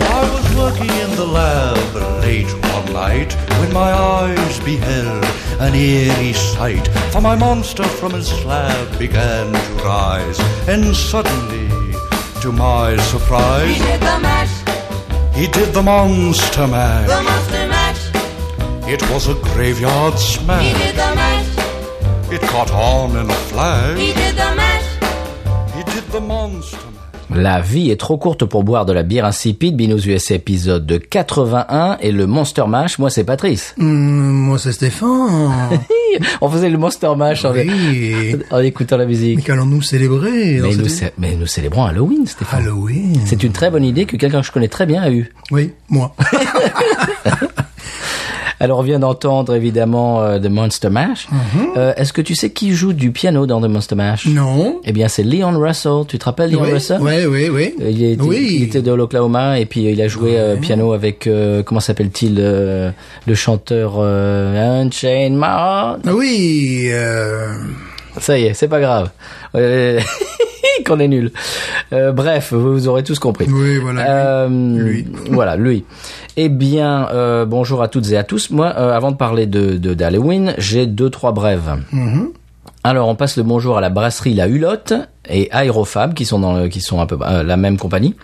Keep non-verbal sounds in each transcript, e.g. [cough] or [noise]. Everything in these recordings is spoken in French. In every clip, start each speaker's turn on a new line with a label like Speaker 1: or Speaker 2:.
Speaker 1: I was working in the lab late one night when my eyes beheld an eerie sight. For my monster from his slab began to rise, and suddenly, to my surprise, he did the mash. He did the monster mash. The monster mash. It was a graveyard smash. He did the mash. It caught on in a flash. He did the mash. He did the monster mash.
Speaker 2: La vie est trop courte pour boire de la bière insipide. Binous USA épisode de 81 et le Monster Mash. Moi, c'est [laughs] Patrice.
Speaker 3: Hum, moi,
Speaker 2: [laughs]
Speaker 3: c'est Stéphane.
Speaker 2: On faisait le Monster Mash en,
Speaker 3: Oui.
Speaker 2: en écoutant la musique.
Speaker 3: Mais qu'allons-nous célébrer dans
Speaker 2: Mais
Speaker 3: cette
Speaker 2: nous,
Speaker 3: vie
Speaker 2: cé- mais nous célébrons Halloween, Stéphane.
Speaker 3: Halloween.
Speaker 2: C'est une très bonne idée que quelqu'un que je connais très bien a eue.
Speaker 3: Oui,
Speaker 2: [laughs]
Speaker 3: moi.
Speaker 2: Alors on vient d'entendre évidemment euh, The Monster Mash. Euh, Est-ce que tu sais qui joue du piano dans The Monster Mash
Speaker 3: Mhm. non.
Speaker 2: Eh bien c'est Leon Russell. Tu te rappelles Leon
Speaker 3: Oui,
Speaker 2: Russell
Speaker 3: oui, oui, oui.
Speaker 2: Euh, il, était,
Speaker 3: oui.
Speaker 2: il était de l'Oklahoma et puis euh, il a joué euh, piano avec euh, comment s'appelle-t-il euh, le chanteur euh, Unchain My Heart.
Speaker 3: Oui, euh,
Speaker 2: Ça y est, c'est pas grave. Euh, [laughs] Qu'on est nul. Euh, bref, vous, vous aurez tous compris.
Speaker 3: oui, voilà.
Speaker 2: Euh, [laughs] voilà, lui. Eh bien, euh, bonjour à toutes et à tous. Moi, euh, avant de parler de de- d'Halloween, j'ai deux trois brèves. Alors, on passe le bonjour à la brasserie La Hulotte et Aérofab, qui sont dans le- qui sont un peu euh, la même compagnie,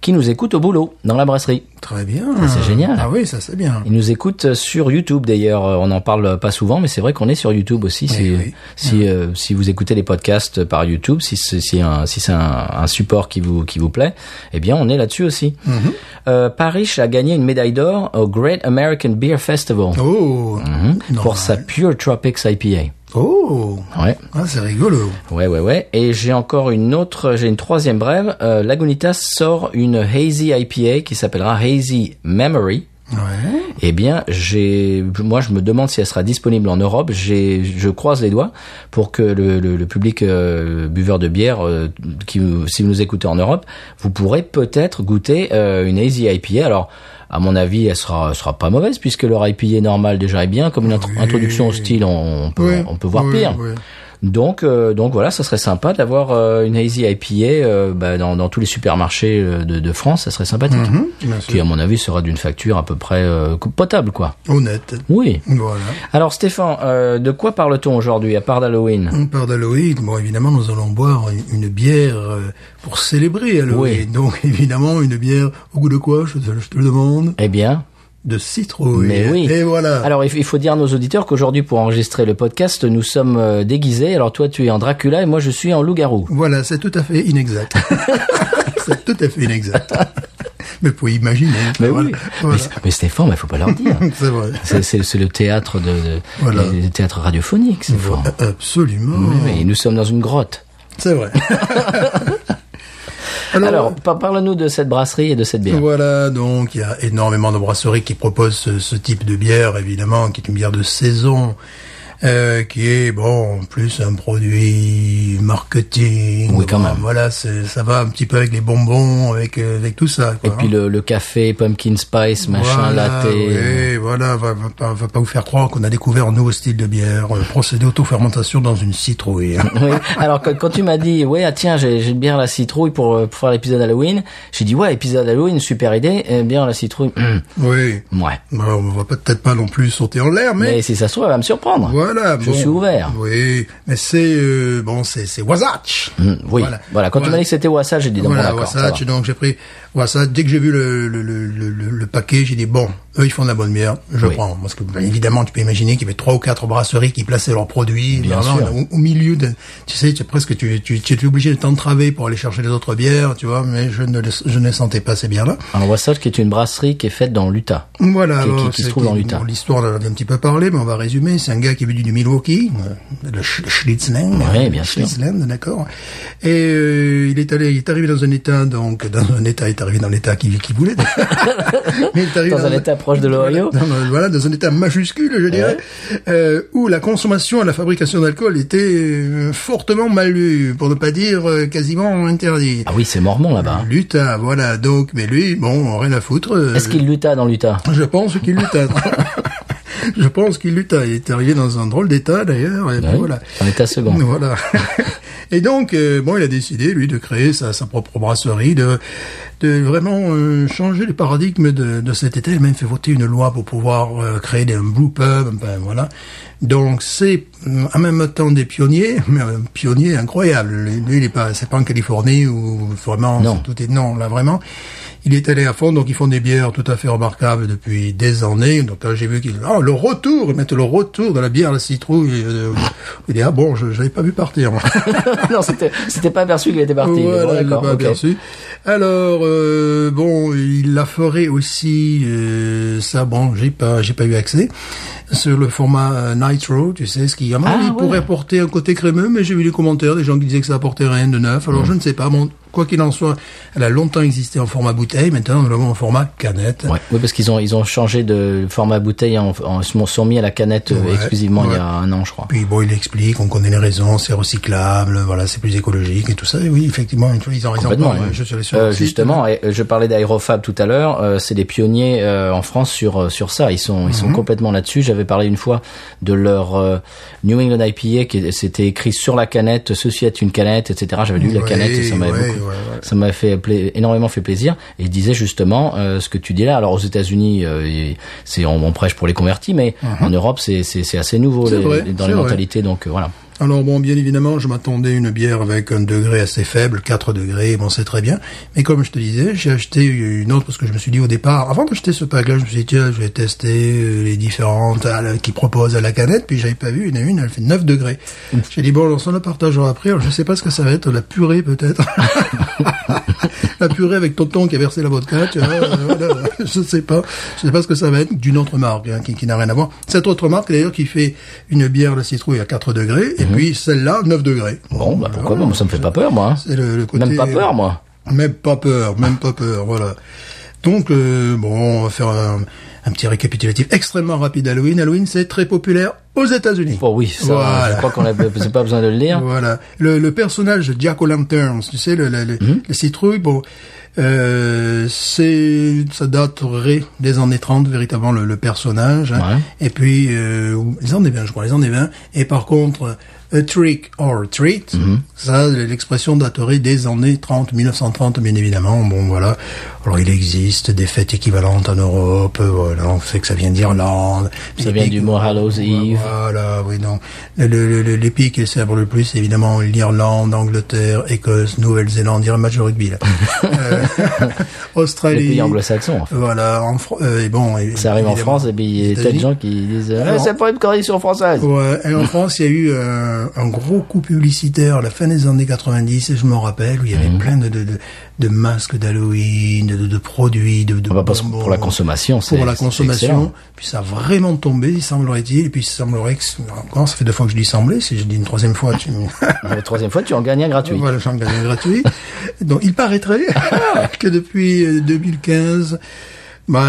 Speaker 2: qui nous écoutent au boulot dans la brasserie.
Speaker 3: Très bien.
Speaker 2: c'est génial.
Speaker 3: Ah oui, ça c'est bien.
Speaker 2: Ils nous écoutent sur YouTube d'ailleurs. Euh, On n'en parle pas souvent, mais c'est vrai qu'on est sur YouTube aussi. si
Speaker 3: oui.
Speaker 2: si, euh, si vous écoutez les podcasts par YouTube, si c'est si un, si c'est un, un support qui vous qui vous plaît, eh bien on est là-dessus aussi.
Speaker 3: Mhm.
Speaker 2: Euh, Paris a gagné une médaille d'or au Great American Beer Festival
Speaker 3: Oh.
Speaker 2: Mhm.
Speaker 3: normal.
Speaker 2: pour sa Pure Tropics IPA.
Speaker 3: Oh.
Speaker 2: Ouais.
Speaker 3: Ah, c'est rigolo.
Speaker 2: Ouais, ouais, ouais. Et j'ai encore une autre, j'ai une troisième brève. Euh, Lagunitas sort une Hazy IPA qui s'appellera Hazy Memory.
Speaker 3: Ouais.
Speaker 2: Eh bien, j'ai, moi, je me demande si elle sera disponible en Europe. J'ai, je croise les doigts pour que le, le- le public euh, buveur de bière, euh, qui, si vous nous écoutez en Europe, vous pourrez peut-être goûter euh, une Hazy IPA. Alors, à mon avis, elle sera, sera pas mauvaise puisque leur IPA normal déjà est bien. Comme une intro- introduction au style, on, on peut,
Speaker 3: Ouais.
Speaker 2: on peut voir
Speaker 3: Ouais,
Speaker 2: pire.
Speaker 3: ouais.
Speaker 2: Donc, euh, donc voilà, ça serait sympa d'avoir euh, une Hazy IPA euh, bah, dans, dans tous les supermarchés euh, de, de France, ça serait
Speaker 3: Mmh.
Speaker 2: sympathique.
Speaker 3: Mhm, bien sûr.
Speaker 2: Qui, à mon avis, sera d'une facture à peu près euh, co- potable, quoi.
Speaker 3: Honnête.
Speaker 2: Oui.
Speaker 3: Voilà.
Speaker 2: Alors Stéphane, euh, de quoi parle-t-on aujourd'hui, à part d'Halloween
Speaker 3: On part d'Halloween. Bon, évidemment, nous allons boire une, une bière euh, pour célébrer Halloween.
Speaker 2: Oui.
Speaker 3: Donc, [laughs] évidemment, une bière au goût de quoi je te, je te le demande.
Speaker 2: Eh bien,
Speaker 3: De citrouille.
Speaker 2: mais oui.
Speaker 3: Et voilà.
Speaker 2: Alors, il f- il faut dire à nos auditeurs qu'aujourd'hui, pour enregistrer le podcast, nous sommes euh, déguisés. Alors, toi, tu es en Dracula et moi, je suis en loup-garou.
Speaker 3: Voilà, c'est tout à fait inexact.
Speaker 2: [laughs]
Speaker 3: c'est tout à fait inexact. Mais vous pouvez imaginer.
Speaker 2: Mais
Speaker 3: Voilà.
Speaker 2: oui.
Speaker 3: Voilà.
Speaker 2: Mais, c- mais Stéphane, il faut pas leur
Speaker 3: [laughs]
Speaker 2: dire.
Speaker 3: C'est vrai.
Speaker 2: C'est- C'est c'est le théâtre de, de-
Speaker 3: Voilà.
Speaker 2: le théâtre radiophonique, Stéphane.
Speaker 3: Absolument.
Speaker 2: Oui, oui, nous sommes dans une grotte. [laughs]
Speaker 3: C'est vrai.
Speaker 2: Alors, par- parle-nous de cette brasserie et de cette bière.
Speaker 3: Euh. Voilà, donc il y a énormément de brasseries qui proposent ce, ce type de bière, évidemment, qui est une bière de saison, euh, qui est bon, en plus un produit marketing.
Speaker 2: Oui, quand
Speaker 3: Bon,
Speaker 2: même.
Speaker 3: Voilà, c'est- ça va un petit peu avec les bonbons, avec euh, avec tout ça. Quoi, hein.
Speaker 2: Et puis le, le café, pumpkin spice, machin,
Speaker 3: voilà,
Speaker 2: latte.
Speaker 3: oui, voilà, va, va pas, va pas vous faire croire qu'on a découvert un nouveau style de bière, euh, procédé auto-fermentation dans une citrouille. hein.
Speaker 2: [laughs] Oui. Alors quand, quand tu m'as dit ouais ah, tiens j'ai j'ai bien la citrouille pour, euh, pour faire l'épisode Halloween, j'ai dit ouais épisode Halloween super idée eh bien la citrouille hum,
Speaker 3: oui.
Speaker 2: ouais
Speaker 3: Alors, on va peut-être pas non plus sauter en l'air,
Speaker 2: mais si ça se trouve elle va me surprendre.
Speaker 3: Voilà,
Speaker 2: Je
Speaker 3: bon.
Speaker 2: suis ouvert.
Speaker 3: Oui, mais c'est euh, bon, c'est c'est Wasatch.
Speaker 2: Hum, oui voilà,
Speaker 3: Voilà.
Speaker 2: quand tu
Speaker 3: Voilà.
Speaker 2: m'as dit que c'était Wassa j'ai dit donc bon,
Speaker 3: voilà
Speaker 2: d'accord ça
Speaker 3: Wasatch,
Speaker 2: va.
Speaker 3: donc j'ai pris Wasatch. Dès que j'ai vu le le, le, le, le- le paquet, j'ai dit bon, Eux, ils font de la bonne bière, je
Speaker 2: Oui.
Speaker 3: prends. Parce que, ben, évidemment, tu peux imaginer qu'il y avait trois ou quatre brasseries qui plaçaient leurs produits.
Speaker 2: Bien
Speaker 3: vraiment,
Speaker 2: sûr.
Speaker 3: Au, au milieu de, tu sais, tu es presque, tu, tu, tu es obligé de t'entraver pour aller chercher les autres bières, tu vois, mais je ne les, je ne les sentais pas ces bières-là.
Speaker 2: Alors Wasatch qui est une brasserie qui est faite dans l'Utah. Qui-
Speaker 3: Voilà,
Speaker 2: qui-
Speaker 3: bon,
Speaker 2: qui se
Speaker 3: c'est-
Speaker 2: trouve dans l'Utah.
Speaker 3: bon, L'histoire, on en a un petit peu parlé, mais on va résumer. C'est un gars qui est venu du Milwaukee, euh, le Sch- Schlitzland.
Speaker 2: Ouais, bien sûr.
Speaker 3: Schlitzland, d'accord. Et euh, il est allé, il est arrivé dans un état, donc dans un état, il est arrivé dans l'état qu'il
Speaker 2: [laughs]
Speaker 3: qui voulait. Mais il est arrivé
Speaker 2: Dans un état proche de l'Ohio.
Speaker 3: Voilà, dans, le- voilà, dans un état majuscule, je dirais, euh, où la consommation et la fabrication d'alcool étaient euh, fortement mal lues, pour ne pas dire euh, quasiment interdit.
Speaker 2: Ah oui, c'est Mormon là-bas. hein.
Speaker 3: L'Utah, voilà. Donc, mais lui, bon, rien à foutre. euh,
Speaker 2: Est-ce qu'il l'Utah dans l'Utah
Speaker 3: je pense qu'il lutta. Je pense qu'il lutta. Il est arrivé dans un drôle d'état d'ailleurs. Et puis
Speaker 2: Oui,
Speaker 3: Euh, voilà.
Speaker 2: En état second.
Speaker 3: Voilà. et donc, euh, bon, il a décidé, lui, de créer sa, sa propre brasserie, de, de vraiment euh, changer les paradigmes de, de cet état. Il a même fait voter une loi pour pouvoir euh, créer des, un brew pub, enfin, voilà. Donc, c'est euh, en même temps des pionniers, mais un pionnier incroyable. Lui, lui, il est pas, c'est pas en Californie où vraiment
Speaker 2: Non.
Speaker 3: tout est, non, là, vraiment. Il est allé à fond, donc ils font des bières tout à fait remarquables depuis des années. Donc là, j'ai vu qu'ils, ah, le retour, ils mettent le retour de la bière à la citrouille. euh, il dit, ah bon, je, je l'avais pas vu partir, moi.
Speaker 2: [laughs]
Speaker 3: [laughs]
Speaker 2: non, c'était c'était pas aperçu qu'il était parti.
Speaker 3: Voilà,
Speaker 2: Bon,
Speaker 3: il l'a
Speaker 2: d'accord,
Speaker 3: pas
Speaker 2: ok.
Speaker 3: aperçu. Alors euh, bon, il la ferait aussi euh, ça. Bon, j'ai pas, j'ai pas eu accès sur le format euh, Nitro. Tu sais ce qui, à mon
Speaker 2: Ah,
Speaker 3: avis,
Speaker 2: ouais.
Speaker 3: pourrait apporter un côté crémeux, mais j'ai vu les commentaires des gens qui disaient que ça apportait rien de neuf.
Speaker 2: Mm.
Speaker 3: Alors je ne sais pas. Bon, quoi qu'il en soit, elle a longtemps existé en format bouteille. Maintenant, nous l'avons en format canette.
Speaker 2: Ouais. Oui, parce qu'ils ont ils ont changé de format bouteille, en, en, se sont mis à la canette euh,
Speaker 3: Ouais,
Speaker 2: exclusivement il y
Speaker 3: ouais.
Speaker 2: a un an, je crois.
Speaker 3: Puis bon, il explique, on connaît les raisons, c'est recyclable, voilà, c'est plus écologique et tout ça. Et oui, effectivement, tu vois, ils en, ils en
Speaker 2: Complètement.
Speaker 3: parlent.
Speaker 2: ouais.
Speaker 3: Je suis allé sur
Speaker 2: Euh,
Speaker 3: leur site.
Speaker 2: justement, et, euh, je parlais d'Aérofab tout à l'heure. euh, c'est des pionniers euh, en France sur euh, sur ça. Ils sont ils
Speaker 3: Mhm.
Speaker 2: sont complètement là-dessus. J'avais parlé une fois de leur euh, New England IPA qui est- c'était écrit sur la canette. Ceci est une canette, etc. J'avais lu la
Speaker 3: Ouais,
Speaker 2: canette et ça m'avait
Speaker 3: ouais,
Speaker 2: beaucoup-
Speaker 3: ouais, ouais.
Speaker 2: ça m'a fait pla- énormément fait plaisir. Et il disait justement euh, ce que tu dis là. Alors aux États-Unis, euh, et c'est on, on prêche pour les convertis, mais en Europe, c'est c'est c'est assez nouveau
Speaker 3: Mhm. C'est
Speaker 2: les-
Speaker 3: vrai,
Speaker 2: les- dans
Speaker 3: c'est
Speaker 2: les
Speaker 3: vrai.
Speaker 2: mentalités. Donc euh, voilà.
Speaker 3: Alors bon, bien évidemment, je m'attendais à une bière avec un degré assez faible, 4 degrés, bon c'est très bien. Mais comme je te disais, j'ai acheté une autre parce que je me suis dit au départ, avant d'acheter ce pack-là, je me suis dit tiens, je vais tester euh, les différentes à la- qui proposent à la canette, puis j'avais pas vu, une à une, elle fait 9 degrés. J'ai dit bon, alors ça on la partagera après, alors, je sais pas ce que ça va être, la purée peut-être. la purée avec tonton qui a versé la vodka, tu vois, euh, voilà, [laughs] je sais pas, je sais pas ce que ça va être d'une autre marque hein, qui, qui n'a rien à voir. Cette autre marque d'ailleurs qui fait une bière à la citrouille à 4 degrés et puis celle-là 9 degrés.
Speaker 2: Mhm. Bon, bah pourquoi
Speaker 3: Voilà.
Speaker 2: pas Moi, ça me fait pas peur, moi. hein.
Speaker 3: C'est le, le côté euh,
Speaker 2: Même pas peur, moi.
Speaker 3: même pas peur, même pas peur, voilà. Donc, euh, bon, on va faire un, un petit récapitulatif extrêmement rapide. Halloween, Halloween, c'est très populaire aux États-Unis.
Speaker 2: Bon, Oh oui, ça,
Speaker 3: Voilà.
Speaker 2: je crois qu'on a c'est pas besoin de le lire.
Speaker 3: Voilà. Le, le personnage de Jack O'Lanterns, tu sais, le, le, le-
Speaker 2: Mhm.
Speaker 3: la citrouille, bon, euh, c'est, ça daterait des années 30, véritablement, le, le personnage. hein. Et puis, euh, ou- les années 20, je crois, les années 20. Et par contre, euh, a trick or a treat,
Speaker 2: Mhm.
Speaker 3: ça, l'expression daterait des années 30, 1930, bien évidemment. Bon, voilà. Alors, il existe des fêtes équivalentes en Europe, voilà, on sait que ça vient d'Irlande.
Speaker 2: Ça vient du mot Hallows Eve.
Speaker 3: Voilà, Ah oui, non. Le, le, le, les pays qui le servent le plus, c'est évidemment l'Irlande, Angleterre, Écosse, Nouvelle-Zélande, il y a un match de
Speaker 2: [laughs]
Speaker 3: rugby, là. Euh,
Speaker 2: Les
Speaker 3: Australie.
Speaker 2: pays anglo-saxons, en fait.
Speaker 3: Voilà, en France, et bon. et-
Speaker 2: Ça arrive en
Speaker 3: évidemment,
Speaker 2: France, et puis il y a des tas de
Speaker 3: États-Unis.
Speaker 2: gens qui disent euh,
Speaker 3: Alors-
Speaker 2: c'est pas une correction française.
Speaker 3: Ouais, et en France, il y a eu euh, un gros coup publicitaire à la fin des années 90, et je m'en rappelle, où il y
Speaker 2: Mhm.
Speaker 3: avait plein de, de, de, de masques d'Halloween, de, de, de produits, de, de
Speaker 2: Ah bah, parce que
Speaker 3: bonbons.
Speaker 2: pour la consommation, c'est
Speaker 3: pour la
Speaker 2: c'est
Speaker 3: consommation.
Speaker 2: excellent.
Speaker 3: Puis ça a vraiment tombé, il semblerait-il. Et puis il semblerait que, encore, ça fait deux fois que je dis semblait, si je dis une troisième fois,
Speaker 2: [laughs]
Speaker 3: tu me-
Speaker 2: La troisième fois, tu en gagnes un gratuit.
Speaker 3: voilà, j'en gagne un gratuit. Donc il paraîtrait [laughs] que depuis euh, 2015, bah,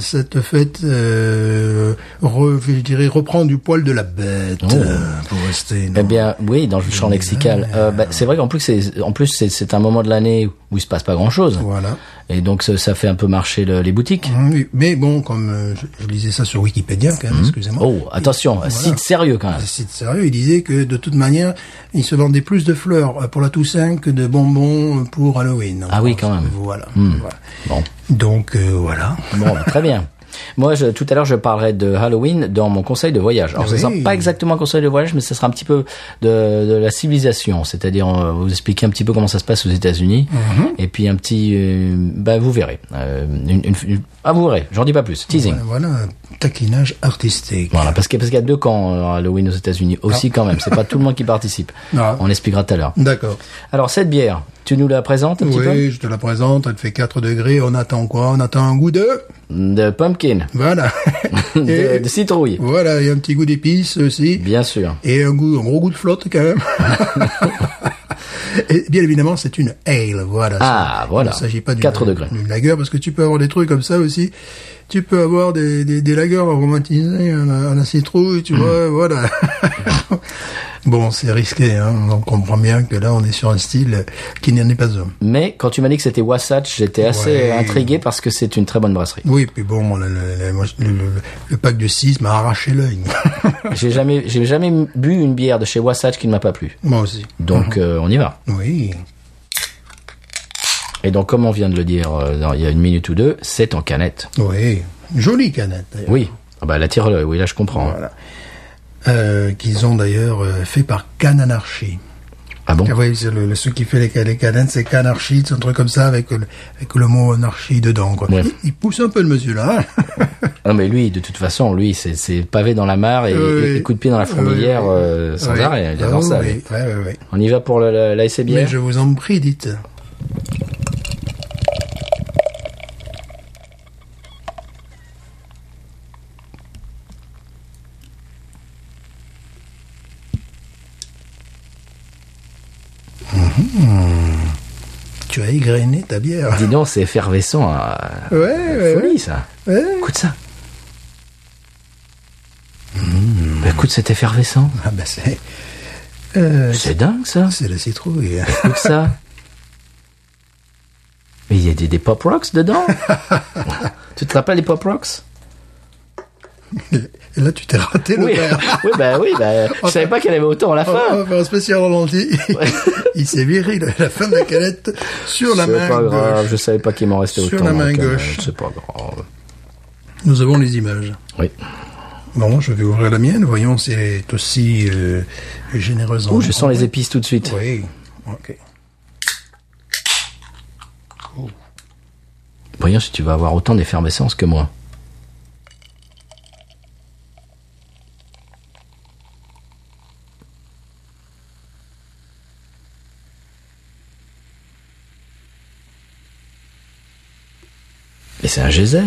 Speaker 3: cette fête, euh, re- je dirais, reprend du poil de la bête, euh, pour rester.
Speaker 2: Oh. Eh
Speaker 3: non.
Speaker 2: bien, oui, dans le champ lexical. Euh, bah, c'est vrai qu'en plus, c'est en plus c'est c'est un moment de l'année où il se passe pas grand-chose,
Speaker 3: Voilà. Hum,
Speaker 2: et donc ça, ça fait un peu marcher le- les boutiques.
Speaker 3: Oui, Mais bon, comme euh, je, je lisais ça sur Wikipédia, quand même, excusez-moi.
Speaker 2: Oh, attention,
Speaker 3: Voilà.
Speaker 2: site sérieux quand même.
Speaker 3: Ah, C'est sérieux, il disait que de toute manière, il se vendait plus de fleurs euh, pour la Toussaint que de bonbons pour Halloween.
Speaker 2: Ah oui, quand même.
Speaker 3: Voilà. voilà.
Speaker 2: Bon,
Speaker 3: Donc euh, voilà.
Speaker 2: bon, bah, très bien. Moi, je- tout à l'heure, je parlerai de Halloween dans mon conseil de voyage. Alors, ce
Speaker 3: Oui.
Speaker 2: sera pas exactement un conseil de voyage, mais ce sera un petit peu de, de la civilisation. C'est-à-dire, on va vous expliquer un petit peu comment ça se passe aux États-Unis.
Speaker 3: Mhm.
Speaker 2: Et puis, un petit, euh, bah, vous verrez. Euh, une, une- une- ah, vous verrez. J'en dis pas plus. Teasing.
Speaker 3: Voilà, voilà un taquinage artistique.
Speaker 2: Voilà, parce qu'il parce qu'il y a deux camps euh, Halloween aux États-Unis aussi quand même. C'est pas tout le monde qui
Speaker 3: [laughs]
Speaker 2: participe.
Speaker 3: Ah.
Speaker 2: On expliquera tout à l'heure.
Speaker 3: D'accord.
Speaker 2: Alors cette bière, tu nous la présentes un petit
Speaker 3: Oui, je te la présente, elle fait 4 degrés, on attend quoi On attend un goût de...
Speaker 2: peu de pumpkin,
Speaker 3: Voilà.
Speaker 2: [laughs] de,
Speaker 3: Et-
Speaker 2: de citrouille,
Speaker 3: Voilà, il y a un petit goût d'épices aussi.
Speaker 2: bien sûr.
Speaker 3: Et un goût, un gros goût de flotte quand
Speaker 2: [laughs]
Speaker 3: même. Et bien évidemment, c'est une ale, voilà.
Speaker 2: Ah, voilà.
Speaker 3: Il ne s'agit pas d'une
Speaker 2: 4 degrés.
Speaker 3: d'une lager, parce que tu peux avoir des trucs comme ça aussi. Tu peux avoir des, des, des lagers aromatisés à la, à la citrouille,
Speaker 2: Mm.
Speaker 3: tu vois, voilà. [laughs] bon, c'est risqué, hein. on comprend bien que là, on est sur un style qui n'en est pas un.
Speaker 2: Mais quand tu m'as dit que c'était Wasatch, j'étais assez
Speaker 3: Ouais.
Speaker 2: intrigué parce que c'est une très bonne
Speaker 3: [laughs]
Speaker 2: brasserie.
Speaker 3: Oui, puis bon, le, le- le- moi, le- le- le pack de 6 m'a arraché l'œil. [laughs]
Speaker 2: J'ai jamais, j'ai jamais bu une bière de chez Wasatch qui ne m'a pas plu.
Speaker 3: moi aussi.
Speaker 2: Donc
Speaker 3: Mhm.
Speaker 2: euh, on y va.
Speaker 3: Oui.
Speaker 2: Et donc comme on vient de le dire euh, dans- il y a une minute ou deux, c'est en canette.
Speaker 3: Oui. Jolie canette, d'ailleurs.
Speaker 2: Oui. Ah bah la tire l'œil. Oui là je comprends. hein.
Speaker 3: Voilà. Euh, qu'ils ont d'ailleurs euh, fait par Cananarchy.
Speaker 2: Ah bon.
Speaker 3: Vous voyez, c'est le, le- ceux qui fait les, les canettes, c'est Canarchy, c'est un truc comme ça avec le, avec le mot anarchie dedans. Quoi.
Speaker 2: Ouais.
Speaker 3: Il pousse un peu le monsieur là. hein.
Speaker 2: Non mais lui, de toute façon, lui, c'est- c'est pavé dans la mare et,
Speaker 3: [laughs] Oui.
Speaker 2: et- et coup de pied dans la fourmilière
Speaker 3: Oui.
Speaker 2: euh, sans
Speaker 3: Oui.
Speaker 2: arrêt. Il adore
Speaker 3: Euh, Ah,
Speaker 2: ça.
Speaker 3: oui,
Speaker 2: lui.
Speaker 3: oui, oui, oui.
Speaker 2: On y va pour la, la, la SC
Speaker 3: Mais
Speaker 2: bière.
Speaker 3: je vous en prie, dites. Mhm. Tu as égrené ta bière.
Speaker 2: Dis donc, c'est effervescent. hein.
Speaker 3: Ouais, Eh ouais,
Speaker 2: Folie ça.
Speaker 3: ouais. Ouais.
Speaker 2: Écoute ça. Bah, écoute, c'est effervescent.
Speaker 3: Ah bah c'est... euh,
Speaker 2: C'est dingue ça.
Speaker 3: c'est la citrouille. [laughs]
Speaker 2: Écoute ça. Mais il y a des, des pop rocks
Speaker 3: [laughs]
Speaker 2: dedans. tu te rappelles les pop rocks
Speaker 3: Et là, tu t'es raté le
Speaker 2: Oui,
Speaker 3: père.
Speaker 2: [laughs]
Speaker 3: Oh,
Speaker 2: oui, bah oui, bah, je savais pas qu'elle avait autant à la
Speaker 3: On
Speaker 2: fin.
Speaker 3: on va faire un spécial ralenti. Il s'est viré la la fin de la canette sur la
Speaker 2: C'est
Speaker 3: main
Speaker 2: pas
Speaker 3: gauche.
Speaker 2: grave, je savais pas qu'il m'en restait
Speaker 3: Sur
Speaker 2: autant.
Speaker 3: la main
Speaker 2: donc, euh,
Speaker 3: gauche.
Speaker 2: C'est pas grave.
Speaker 3: Nous avons les images.
Speaker 2: Oui.
Speaker 3: Bon, je vais ouvrir la mienne. Voyons si elle est aussi euh, généreuse. en-
Speaker 2: Ouh, je sens les épices tout de suite.
Speaker 3: Oui. Ok.
Speaker 2: Voyons si tu vas avoir autant d'effervescence que moi. Mais c'est un geyser.